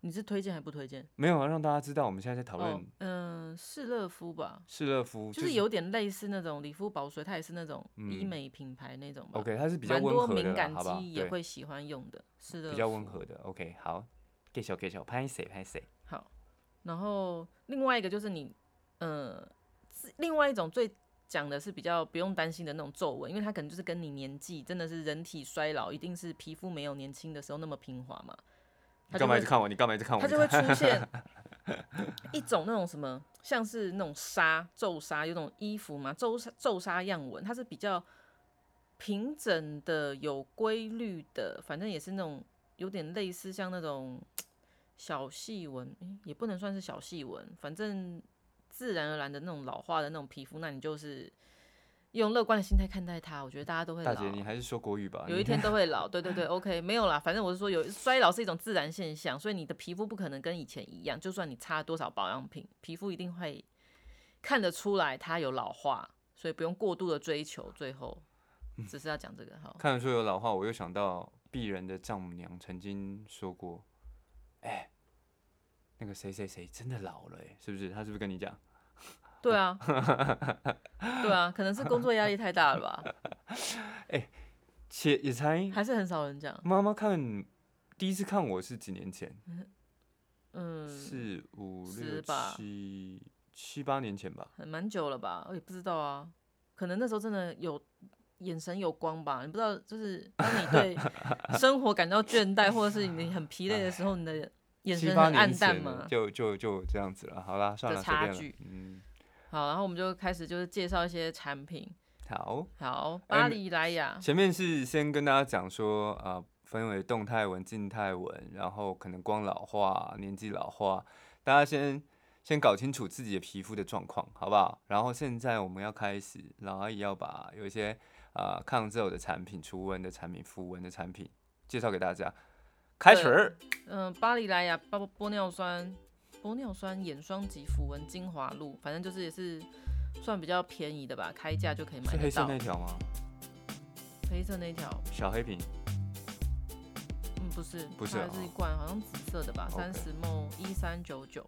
S1: 你是推荐还不推荐？
S2: 没有啊，让大家知道我们现在在讨
S1: 哦
S2: 论，
S1: 嗯、士乐夫吧，
S2: 士乐夫，
S1: 就是有点类似那种理肤保水，它也是那种医
S2: 嗯
S1: 美品牌那种吧。
S2: OK，它是比较
S1: 蛮
S2: 温
S1: 多
S2: 和的
S1: 敏
S2: 啦，
S1: 感
S2: 好吧？
S1: 肌也
S2: 对，
S1: 会喜欢用的，是的，
S2: 比较温和的。OK，好，给小给小，拍谁拍谁。
S1: 好，然后另外一个就是你，呃，自另外一种最讲的是比较不用担心的那种皱纹，因为它可能就是跟你年纪真的是人体衰老，一定是皮肤没有年轻的时候那么平滑嘛，它
S2: 你
S1: 就
S2: 干嘛
S1: 会
S2: 一直看我？你干嘛一直看我？
S1: 它
S2: 你
S1: 就会
S2: 干
S1: 出现一种那种什么，像是那种纱皱纱，有那种衣服嘛皱纱皱纱样纹，它是比较平整的、有规律的，反正也是那种有点类似像那种小细纹，诶也不能算是小细纹，反正自然而然的那种老化的那种皮肤，那你就是用乐观的心态看待它。我觉得大家都会
S2: 大
S1: 老
S2: 姐，你还是说国语吧。
S1: 有
S2: 你
S1: 一天都会老，对对对，OK，没有啦，反正我是说有衰老是一种自然现象，所以你的皮肤不可能跟以前一样，就算你擦多少保养品，皮肤一定会看得出来它有老化，所以不用过度的追求。最后只是要讲这个哈，
S2: 看得出有老话，我又想到鄙人的丈母娘曾经说过，哎、那个谁谁谁真的老了、欸，是不是？她是不是跟你讲？
S1: 对啊，对啊，可能是工作压力太大了吧，
S2: 且也才
S1: 还是很少人讲，
S2: 妈妈看第一次看我是几年前，
S1: 嗯，
S2: 四五
S1: 十
S2: 六
S1: 吧
S2: 七七八年前吧。
S1: 很蛮久了吧，我也不知道啊，可能那时候真的有。眼神有光吧，你不知道，就是当你 对生活感到倦怠，或者是你很疲累的时候，你的眼
S2: 七
S1: 神
S2: 八
S1: 很
S2: 年
S1: 暗淡
S2: 前
S1: 嘛。
S2: 就就就这样子了。好啦，算
S1: 的
S2: 了，随便
S1: 差距
S2: 了。嗯，
S1: 好，然后我们就开始就是介绍一些产品。
S2: 好。
S1: 好，
S2: 哎
S1: 巴
S2: 没
S1: 黎莱雅，
S2: 前面是先跟大家讲说，啊，分为动态纹、静态纹，然后可能光老化、年纪老化，大家先先搞清楚自己的皮肤的状况，好不好？然后现在我们要开始，老阿姨要把有一些啊、抗皱的产品、除纹的产品、抚纹的产品介绍给大家。开始，
S1: 嗯、巴黎莱雅包玻尿酸、玻尿酸眼霜及抚纹精华露，反正就是也是算比较便宜的吧，开价就可以买
S2: 是黑
S1: 得
S2: 色
S1: 到
S2: 那。条吗？
S1: 黑色那一条，
S2: 小黑瓶，
S1: 嗯，不是，
S2: 不是
S1: 它是一
S2: 哦
S1: 罐，好像紫色的吧，
S2: OK
S1: 三十 ml 一三九九，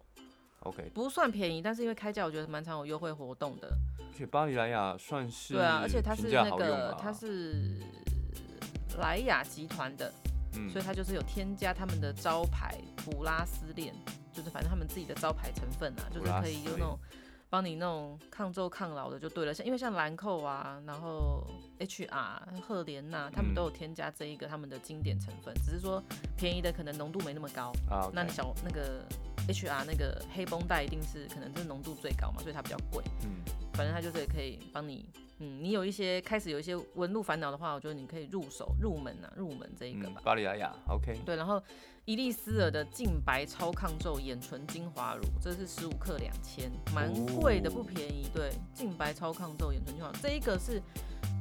S2: OK。
S1: 不算便宜，但是因为开价，我觉得蛮常有优惠活动的。
S2: 而且巴黎莱雅算是
S1: 对啊，而且它是
S2: 评价
S1: 那
S2: 好用
S1: 个
S2: 啊，
S1: 它是莱雅集团的，
S2: 嗯
S1: 所以它就是有添加他们的招牌普拉斯链，就是反正他们自己的招牌成分啊，就是
S2: 普拉
S1: 可以
S2: 斯
S1: 有那
S2: 链
S1: 种帮你那种抗皱抗老的就对了。像因为像兰蔻啊，然后 HR、赫莲娜，他们
S2: 嗯
S1: 都有添加这一个他们的经典成分，只是说便宜的可能浓度没那么高。
S2: 啊，OK，
S1: 那你小那个 HR 那个黑绷带一定是可能是浓度最高嘛，所以它比较贵。
S2: 嗯，
S1: 反正它就是可以帮你，嗯，你有一些开始有一些纹路烦恼的话，我觉得你可以入手入门啊，入门这一个
S2: 嗯
S1: 吧。
S2: 巴黎莱雅，OK，
S1: 对，然后伊丽丝尔的净白超抗皱眼唇精华乳，这是十五克两千，蛮贵的，
S2: 哦
S1: 不便宜。对，净白超抗皱眼唇精华，这一个是，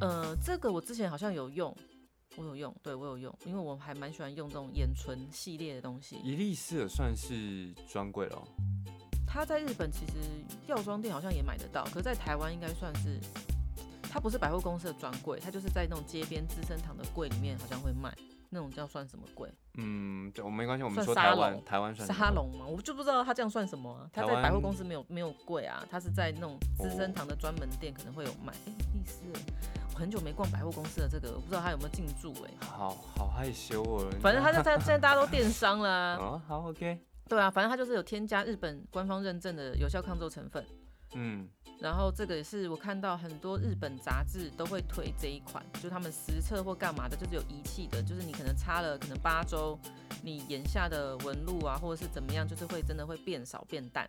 S1: 呃，这个我之前好像有用，我有用，对我有用，因为我还蛮喜欢用这种眼唇系列的东西。
S2: 伊丽丝尔算是专柜了哦，
S1: 它在日本其实药妆店好像也买得到，可是在台湾应该算是，它不是百货公司的专柜，它就是在那种街边资生堂的柜里面好像会卖，那种叫算什么柜？
S2: 嗯，这我没关系，我
S1: 算
S2: 们说
S1: 沙
S2: 台湾，
S1: 龙
S2: 台湾算什么
S1: 沙，龙吗？我就不知道它这样算什么啊。它
S2: 台
S1: 在
S2: 湾
S1: 百货公司没有没有柜啊，它是在那种资生堂的专门店可能会有卖。哎、意思我很久没逛百货公司的这个，我不知道它有没有进驻哎、
S2: 好好害羞哦。人
S1: 反正
S2: 家
S1: 它在在现在大家都电商啦、
S2: 哦，好 OK，
S1: 对啊，反正它就是有添加日本官方认证的有效抗皱成分。
S2: 嗯，
S1: 然后这个也是我看到很多日本杂志都会推这一款，就是他们实测或干嘛的，就是有仪器的，就是你可能擦了可能八周，你眼下的纹路啊，或者是怎么样，就是会真的会变少变淡。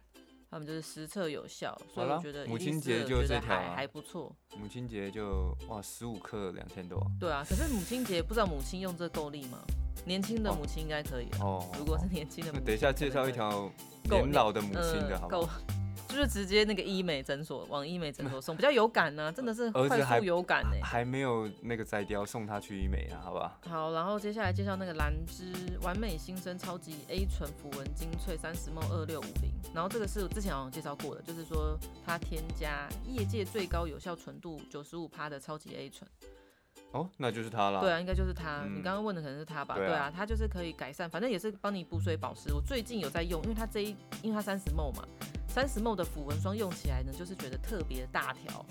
S1: 他们就是实测有效，所以
S2: 好
S1: 我
S2: 啦
S1: 觉得
S2: 母
S1: 伊丽
S2: 亲
S1: 丝
S2: 节
S1: 尔
S2: 就
S1: 觉得
S2: 这条
S1: 还
S2: 啊
S1: 还不错。
S2: 母亲节就哇十五克两千多
S1: 对啊，可是母亲节不知道母亲用这够力吗？年轻的
S2: 哦
S1: 母亲应该可以啊。
S2: 哦。
S1: 如果是年轻的母亲，
S2: 那等一下介绍一条年老的母
S1: 可能可以
S2: 亲 的
S1: 嗯
S2: 好不
S1: 够
S2: 好？，
S1: 就是直接那个医美诊所往医美诊所送，比较有感呢、真的是
S2: 儿子
S1: 快
S2: 还
S1: 速有感呢、欸
S2: 还没有那个摘雕，送她去医美啊，好吧？
S1: 好，然后接下来介绍那个兰芝完美新生超级 A 醇抚纹精粹三十 ml 二六五零，然后这个是我之前好像有介绍过的，就是说它添加业界最高有效纯度九十五趴的超级 A 醇，
S2: 哦，那就是它啦。
S1: 对啊，应该就是它。
S2: 嗯
S1: 你刚刚问的可能是它吧？
S2: 对啊
S1: 对啊，它就是可以改善，反正也是帮你补水保湿。我最近有在用，因为它这一，因为它三十 ml 嘛，三十 ml 的抚纹霜用起来呢，就是觉得特别大 条，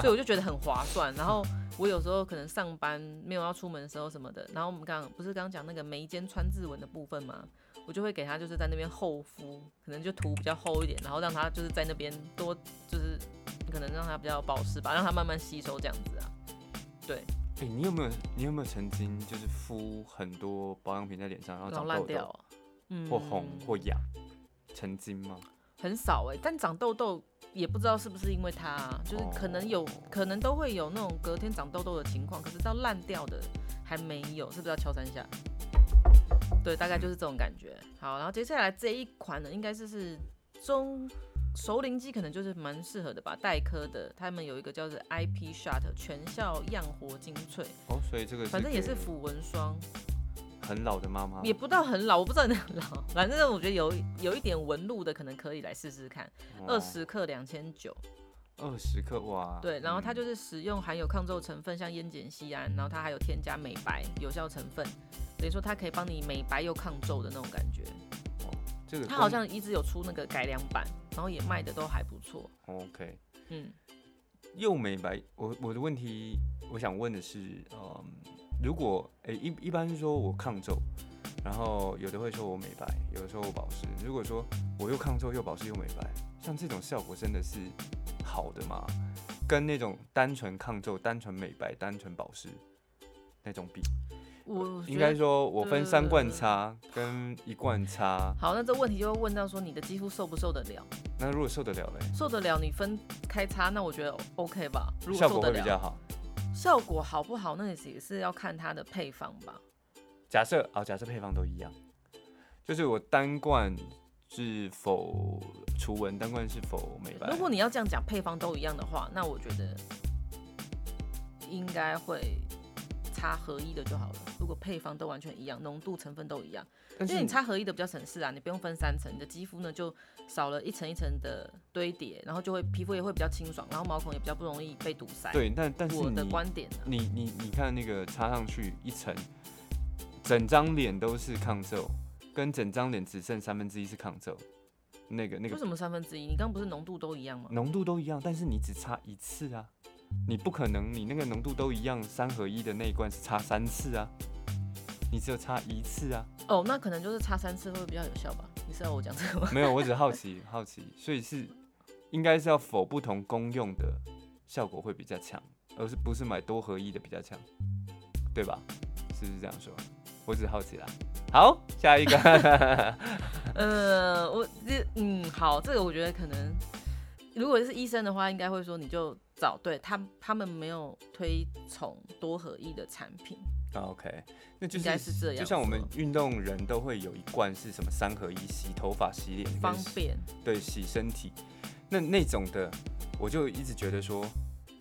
S1: 所以我就觉得很划算。然后我有时候可能上班没有要出门的时候什么的，然后我们刚刚不是刚刚讲那个眉间川字纹的部分吗？我就会给它就是在那边厚敷，可能就涂比较厚一点，然后让它就是在那边多就是可能让它比较保湿吧，让它慢慢吸收这样子啊。
S2: 哎、你有没有你有没有曾经就是敷很多保养品在脸上，然后
S1: 然后
S2: 长
S1: 烂
S2: 痘
S1: 掉
S2: 痘
S1: 啊，嗯
S2: 或红或痒？曾经吗？
S1: 很少哎、但长痘痘也不知道是不是因为它啊、就是可能
S2: 哦
S1: 有，可能都会有那种隔天长痘痘的情况，可是到烂掉的还没有，是不是要敲三下？对，大概就是这种感觉。好，然后接下来这一款呢，应该是是中熟龄肌，可能就是蛮适合的吧，黛珂的，他们有一个叫做 IP Shot 全效漾活精粹，
S2: 哦，所以这个
S1: 反正也是
S2: 给
S1: 抚纹霜，
S2: 很老的妈妈，
S1: 也不到很老，我不知道很老，反正我觉得有有一点纹路的，可能可以来试试看，
S2: 哦
S1: 二十克两千九。
S2: 二十克哇。
S1: 对，然后它
S2: 嗯
S1: 就是使用含有抗皱成分，像烟碱酰胺，然后它还有添加美白有效成分，等于说它可以帮你美白又抗皱的那种感觉。
S2: 这个
S1: 它好
S2: 光
S1: 像一直有出那个改良版，然后也卖的都还不错。
S2: OK，
S1: 嗯，
S2: 又美白。我我的问题，我想问的是，嗯，如果诶、一一般是说我抗皱，然后有的会说我美白，有的说我保湿。如果说我又抗皱又保湿又美白，像这种效果真的是好的吗？跟那种单纯抗皱、单纯美白、单纯保湿那种比，
S1: 我
S2: 呃应
S1: 觉
S2: 该
S1: 得
S2: 说我分三罐
S1: 呃
S2: 擦跟一罐擦，
S1: 好，那这问题就会问到说你的肌肤受不受得了？
S2: 那如果受得了嘞，
S1: 受得了你分开擦，那我觉得 OK 吧。如果
S2: 效
S1: 受
S2: 果
S1: 得
S2: 会比较
S1: 了，
S2: 好。
S1: 效果好不好，那也是也是要看它的配方吧。
S2: 假设啊、假设配方都一样，就是我单罐是否除纹，单罐是否美白？
S1: 如果你要这样讲，配方都一样的话，那我觉得应该会擦合一的就好了。如果配方都完全一样，浓度、成分都一样，
S2: 但
S1: 因
S2: 是
S1: 为你擦合一的比较省事啊，你不用分三层，你的肌肤呢就少了一层一层的堆叠，然后就会皮肤也会比较清爽，然后毛孔也比较不容易被堵塞。，
S2: 对，但但是
S1: 我
S2: 你
S1: 的观点啊呢、
S2: 你你你看那个擦上去一层，整张脸都是抗皱，跟整张脸只剩三分之一是抗皱，那个那
S1: 为
S2: 嗯个
S1: 什么三分之一？你刚不是浓度都一样吗？
S2: 浓度都一样，但是你只擦一次啊，你不可能你那个浓度都一样，三合一的那一罐是擦三次啊，你只有擦一次啊。
S1: 哦，那可能就是擦三次会比较有效吧？你是要我讲这个吗？
S2: 没有，我只是好奇好奇，所以是应该是要否不同功用的效果会比较强，而是不是买多合一的比较强，对吧？是不是这样说？我只是好奇啦。好，下一个，
S1: 呃，我这嗯好，这个我觉得可能，如果是医生的话，应该会说你就找对他他们没有推崇多合一的产品，
S2: 啊 OK，那就
S1: 应该
S2: 是
S1: 是这样说，
S2: 就像我们运动人都会有一罐是什么三合一，洗头发、洗脸、
S1: 方
S2: 跟
S1: 便，
S2: 对洗身体，那那种的，我就一直觉得说，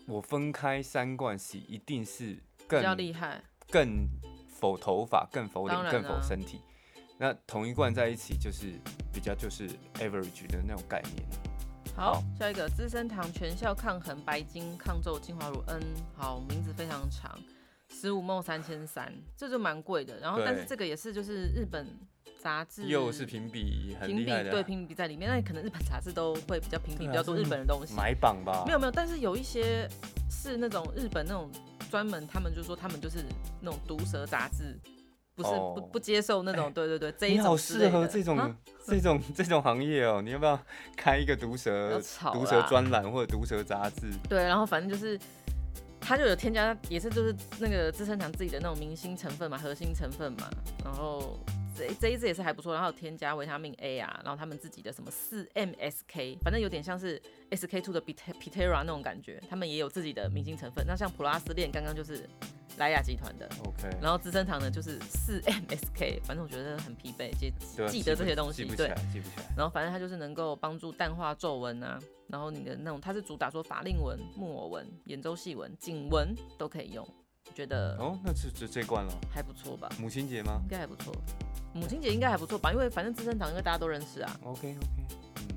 S2: 我分开三罐洗一定是
S1: 比
S2: 更
S1: 较厉害，
S2: 更否头发、更否
S1: 当
S2: 脸、
S1: 然
S2: 更否
S1: 啊
S2: 身体。那同一罐在一起就是比较就是 average 的那种概念。
S1: 好，
S2: 好
S1: 下一个资生堂全效抗衡白金抗皱精华乳 N，好，名字非常长，十五梦三千三，这就蛮贵的。然后，但是
S2: 对
S1: 这个也是就是日本杂志
S2: 又是评比很
S1: 嗯评比
S2: 厉害的，啊
S1: 对评比在里面，那可能日本杂志都会比较评比
S2: 对啊
S1: 比较多
S2: 这
S1: 日
S2: 是
S1: 本的东西。
S2: 买榜吧？
S1: 没有没有，但是有一些是那种日本那种专门，他们就说他们就是那种毒舌杂志，不是、
S2: 哦
S1: 不不接受那种，对对对，这一
S2: 你
S1: 种
S2: 好
S1: 之
S2: 适
S1: 类
S2: 合
S1: 的
S2: 这
S1: 啊
S2: 种这种 这种行业哦，你要不要开一个毒
S1: 不要
S2: 蛇
S1: 吵啊
S2: 毒蛇
S1: 啦
S2: 专栏或者毒蛇杂志？
S1: 对，然后反正就是。他就有添加，也是就是那个资生堂自己的那种明星成分嘛，核心成分嘛，然后这这一支也是还不错，然后有添加维他命 A 啊，然后他们自己的什么四 MSK，反正有点像是 SK two 的 Pite- Pitera 那种感觉，他们也有自己的明星成分。那像普拉斯链刚刚就是莱雅集团的，
S2: OK，
S1: 然后资生堂呢就是四 MSK，反正我觉得很疲惫，记
S2: 对啊
S1: 记得
S2: 不
S1: 这些东西
S2: 记不起
S1: 对
S2: 来，记不起来。
S1: 然后反正它就是能够帮助淡化皱纹啊，然后你的那种它是主打说法令纹、木偶纹、眼周细纹、颈纹都可以用，我觉得
S2: 哦，那就就这罐了。
S1: 还不错吧，
S2: 母亲节吗
S1: 应该还不错。母亲节应该还不错吧，因为反正资生堂应该大家都认识啊。
S2: ？OK OK，嗯，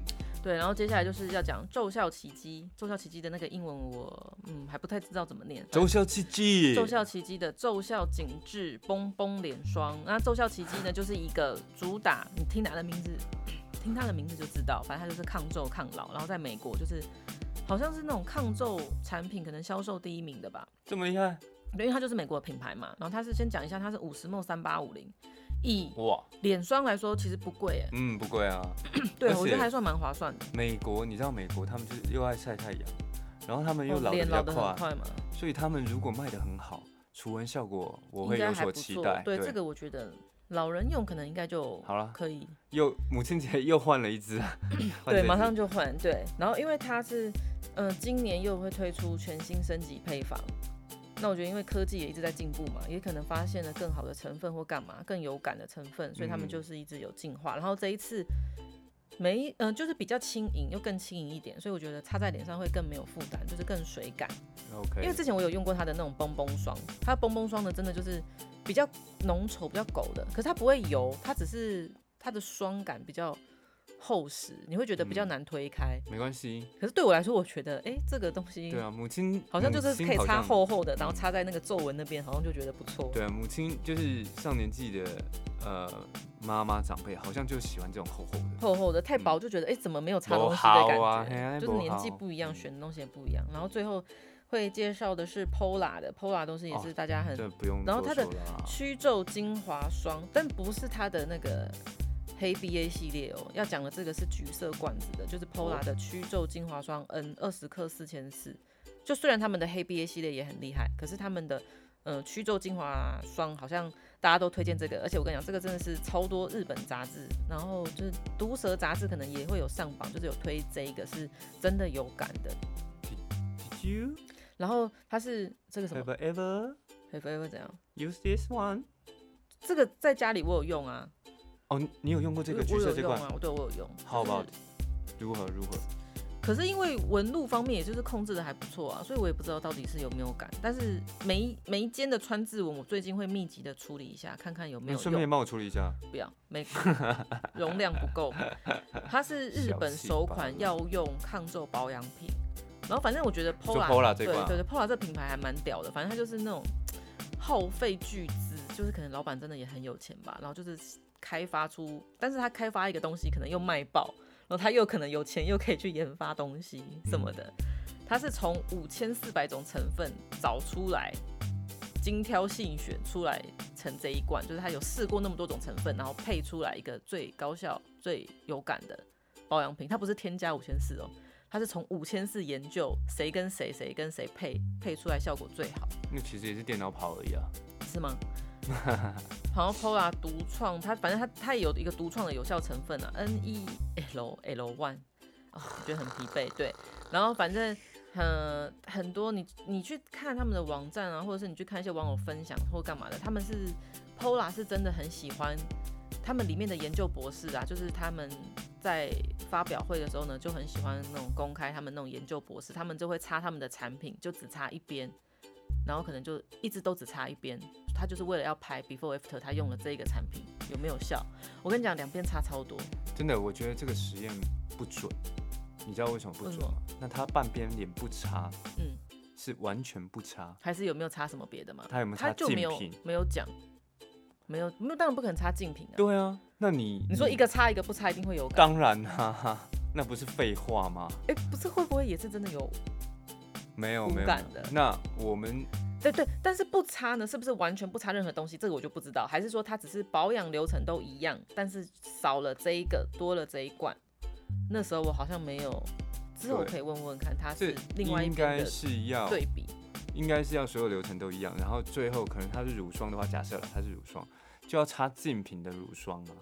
S1: 对，然后接下来就是要讲奏效奇迹，奏效奇迹的那个英文我嗯还不太知道怎么念，
S2: 周孝奇迹，
S1: 奏效奇迹的奏效紧致绷绷脸霜。那奏效奇迹呢，就是一个主打，你听它的名字， 听它的名字就知道，反正它就是抗皱抗老，然后在美国就是好像是那种抗皱产品可能销售第一名的吧，
S2: 这么厉害
S1: 因为它就是美国的品牌嘛。然后它是先讲一下，它是五十 ml 三八五零，以
S2: 哇，
S1: 脸霜来说其实不贵 哎、
S2: 嗯，不贵啊。
S1: 对
S2: 而且
S1: 我觉得还算蛮划算的，
S2: 美国，你知道美国他们就是又爱晒太阳，然后他们又
S1: 哦
S2: 老得
S1: 脸
S2: 比
S1: 老
S2: 较
S1: 得
S2: 快
S1: 很，快嘛，
S2: 所以他们如果卖的很好，除温效果我
S1: 应
S2: 会
S1: 该
S2: 有
S1: 还不
S2: 所期
S1: 错
S2: 待。。
S1: 对这个我觉得老人用可能应该就
S2: 好了
S1: 可以。
S2: 又母亲节又换了 一只，换这
S1: 对，
S2: 一
S1: 马
S2: 只
S1: 上就换。对，然后因为它是，呃，今年又会推出全新升级配方。那我觉得，因为科技也一直在进步嘛，也可能发现了更好的成分或干嘛更有感的成分，所以他们
S2: 嗯
S1: 就是一直有进化。然后这一次没，嗯、就是比较轻盈，又更轻盈一点，所以我觉得擦在脸上会更没有负担，就是更水感。
S2: OK，
S1: 因为之前我有用过它的那种蹦蹦霜，它的蹦蹦霜呢，真的就是比较浓稠、比较狗的，可是它不会油，它只是它的霜感比较厚实，你会觉得比较
S2: 嗯
S1: 难推开。
S2: 没关系。
S1: 可是对我来说，我觉得哎、诶这个东西
S2: 对啊，母亲
S1: 好像就是可以擦。
S2: 母亲好像
S1: 厚厚的，
S2: 嗯
S1: 然后擦在那个皱纹那边，好像就觉得不错。
S2: 对啊，母亲就是上年纪的呃妈妈长辈，好像就喜欢这种厚厚的。
S1: 厚厚的太
S2: 嗯
S1: 薄就觉得哎、诶怎么没有擦
S2: 不
S1: 东西的感
S2: 好
S1: 觉？
S2: 啊嘿啊
S1: 就是
S2: 不
S1: 年纪
S2: 好
S1: 不一样，
S2: 嗯
S1: 选的东西也不一样。然后最后会介绍的是 Pola 的，Pola 东西也
S2: 哦
S1: 是大家很
S2: 这不用
S1: 然
S2: 多
S1: 后它
S2: 说
S1: 的
S2: 了啊。
S1: 祛皱精华霜，但不是它的那个黑 BA 系列哦。要讲的这个是橘色罐子的，就是 Pola 的祛皱精华霜 N 二十克四千四。就虽然他们的黑 BA 系列也很厉害，可是他们的呃祛皱精华霜好像大家都推荐这个，而且我跟你讲，这个真的是超多日本杂志，然后就是毒舌杂志可能也会有上榜，就是有推这一个是真的有感的。
S2: Did you
S1: 然后它是这个什么
S2: have ever
S1: ？Forever 怎样？
S2: use this one？
S1: 这个在家里我有用啊，
S2: 哦，你你有用过这个
S1: 我
S2: 橘
S1: 我
S2: 色
S1: 有
S2: 这
S1: 用
S2: 罐？
S1: 啊，我对我有用。
S2: How
S1: 就是
S2: about 如何如何？
S1: 可是因为纹路方面，也就是控制的还不错啊，所以我也不知道到底是有没有感。但是每一每一间的川字纹，我最近会密集的处理一下，看看有没
S2: 你
S1: 有
S2: 顺便
S1: 用。
S2: 帮我处理一下。
S1: 不要，没容量不够。它是日本首款药用抗皱保养品。然后反正我觉得
S2: 说
S1: Pola
S2: Pola 这
S1: 对
S2: 款啊
S1: 对对 Pola 这品牌还蛮屌的，反正它就是那种耗费巨资，就是可能老板真的也很有钱吧，然后就是开发出，但是他开发一个东西可能又卖爆，然后他又可能有钱又可以去研发东西什么的，
S2: 嗯
S1: 它是从五千四百种成分找出来，精挑细选出来成这一罐，就是他有试过那么多种成分，然后配出来一个最高效、最有感的保养品，它不是添加五千四哦。它是从五千四研究谁跟谁谁跟谁配配出来效果最好，
S2: 那其实也是电脑跑而已啊。
S1: 是吗？好像 Pola 独创，它反正它它也有一个独创的有效成分啊，N E L L one，哦，我觉得很疲惫。对，然后反正很很多你你去看他们的网站啊，或者是你去看一些网友分享或干嘛的，他们是 Pola 是真的很喜欢他们里面的研究博士啊，就是他们在发表会的时候呢，就很喜欢那种公开他们那种研究博士，他们就会擦他们的产品，就只擦一边，然后可能就一直都只擦一边，他就是为了要拍 before after，他用了这一个产品有没有效？我跟你讲，两边差超多，
S2: 真的，我觉得这个实验不准。你知道为什么不
S1: 为
S2: 准
S1: 什么
S2: 吗？那他半边脸不擦，
S1: 嗯，
S2: 是完全不擦。
S1: 还是有没有擦什么别的吗？
S2: 他有没有
S1: 他
S2: 擦
S1: 就
S2: 竞
S1: 没有
S2: 品？
S1: 没有讲，没有没有，当然不可能擦竞品啊。
S2: 对啊，那你
S1: 你说一个擦一个不擦，一定会有感。
S2: 当然啦、哈， 那不是废话吗？
S1: 哎、不是会不会也是真的有？
S2: 没有
S1: 无
S2: 没有
S1: 感
S2: 没有
S1: 的。
S2: 那我们
S1: 对对，但是不擦呢，是不是完全不擦任何东西？这个我就不知道，还是说它只是保养流程都一样，但是少了这一个，多了这一罐？那时候我好像没有，之后我
S2: 对
S1: 可以问问看，它
S2: 这
S1: 是另外一
S2: 应
S1: 边
S2: 该
S1: 的
S2: 是要
S1: 对比。
S2: 应该是要所有流程都一样，然后最后可能它是乳霜的话，假设了它是乳霜，就要擦竞品的乳霜啊，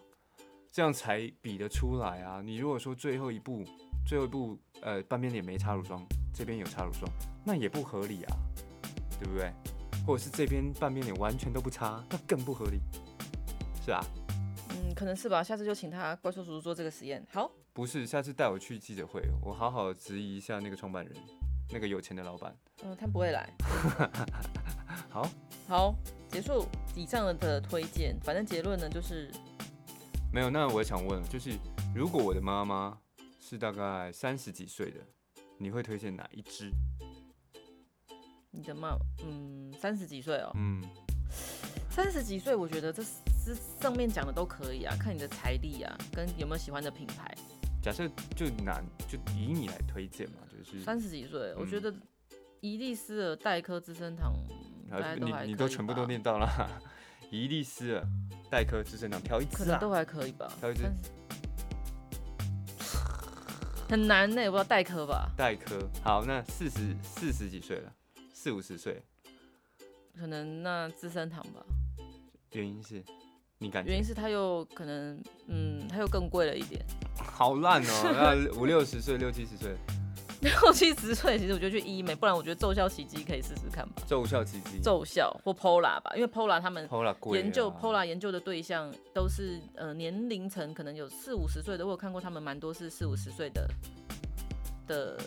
S2: 这样才比得出来啊。你如果说最后一步，最后一步，呃，半边脸没擦乳霜，这边有擦乳霜，那也不合理啊，对不对？或者是这边半边脸完全都不擦，那更不合理，是啊？
S1: 嗯，可能是吧，下次就请他怪兽叔叔做这个实验。好，
S2: 不是，下次带我去记者会，我好好质疑一下那个创办人，那个有钱的老板。
S1: 嗯，他不会来。
S2: 好，
S1: 好，结束以上的推荐，反正结论呢就是
S2: 没有，那我想问，就是如果我的妈妈是大概三十几岁的，你会推荐哪一支？
S1: 你的妈，嗯，三十几岁哦，
S2: 嗯，
S1: 三十几岁，我觉得这这上面讲的都可以啊，看你的财力啊，跟有没有喜欢的品牌。
S2: 假设就拿就以你来推荐嘛，就是
S1: 三十几岁，我觉
S2: 嗯
S1: 得伊丽丝尔、黛珂、资生堂，大
S2: 啊
S1: 家都还可
S2: 你
S1: 以
S2: 你都全部都
S1: 吧
S2: 念到 啦，伊丽丝尔、黛珂、资生堂，挑一
S1: 可
S2: 支
S1: 能
S2: 啊，
S1: 都还可以吧。
S2: 挑一支
S1: 30很难呢、我不知道黛珂吧，
S2: 黛珂。好，那四十四十几岁了，四五十岁，
S1: 可能那资生堂吧。
S2: 原因是你感
S1: 原
S2: 觉
S1: 因是它又可能，嗯，它又更贵了一点。
S2: 好烂哦、那五六十岁、六七十岁，
S1: 六七十岁，其实我觉得去医美，不然我觉得奏效奇迹可以试试看吧。
S2: 奏效奇迹。
S1: 奏效或 Pola 吧，因为 Pola 他们
S2: Pola 贵啊
S1: 研究 Pola 研究的对象都是呃年龄层可能有四五十岁的，我有看过他们蛮多是四五十岁的的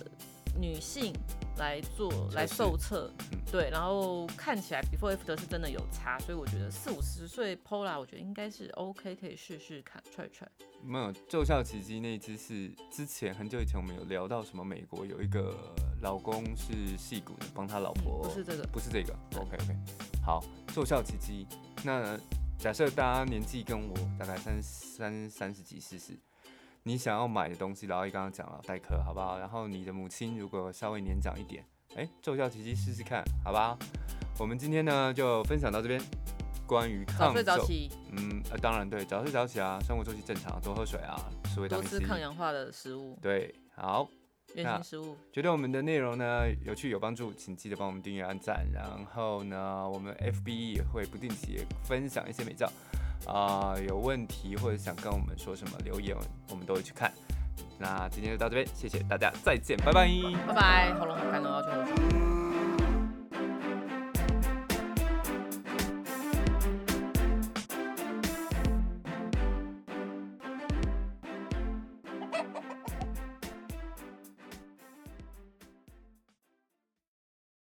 S1: 女性来做
S2: 测
S1: 来
S2: 试
S1: 受测，
S2: 嗯
S1: 对，然后看起来 before after 是真的有差，所以我觉得四五十岁 Pola 我觉得应该是 OK，可以试试看踹踹。
S2: 没有，奏效奇迹那一只是之前很久以前我们有聊到什么美国有一个老公是戏骨的，帮他老婆、
S1: 嗯不是这个
S2: 不是这个
S1: 对
S2: ，OK OK，好，奏效奇迹。那假设大家年纪跟我大概三三三十几四十，你想要买的东西，然后刚刚讲了代课好不好？然后你的母亲如果稍微年长一点，哎，奏效奇迹试试看，好吧？我们今天呢就分享到这边，关于
S1: 早
S2: 抗
S1: 睡早
S2: 皱。
S1: 起，
S2: 嗯，呃，当然对，早睡早起啊，生活作息正常，多喝水啊，吃维他
S1: 多
S2: 命
S1: 吃
S2: C。
S1: 抗氧化的食物，
S2: 对，好，
S1: 原
S2: 那
S1: 型食物。
S2: 觉得我们的内容呢有趣有帮助，请记得帮我们订阅、按赞，然后呢，我们 FB 也会不定期地分享一些美照啊、有问题或者想跟我们说什么留言，我们都会去看。那今天就到这边，谢谢大家，再见，拜拜。
S1: 拜拜，喉咙好干哦，要去喝水。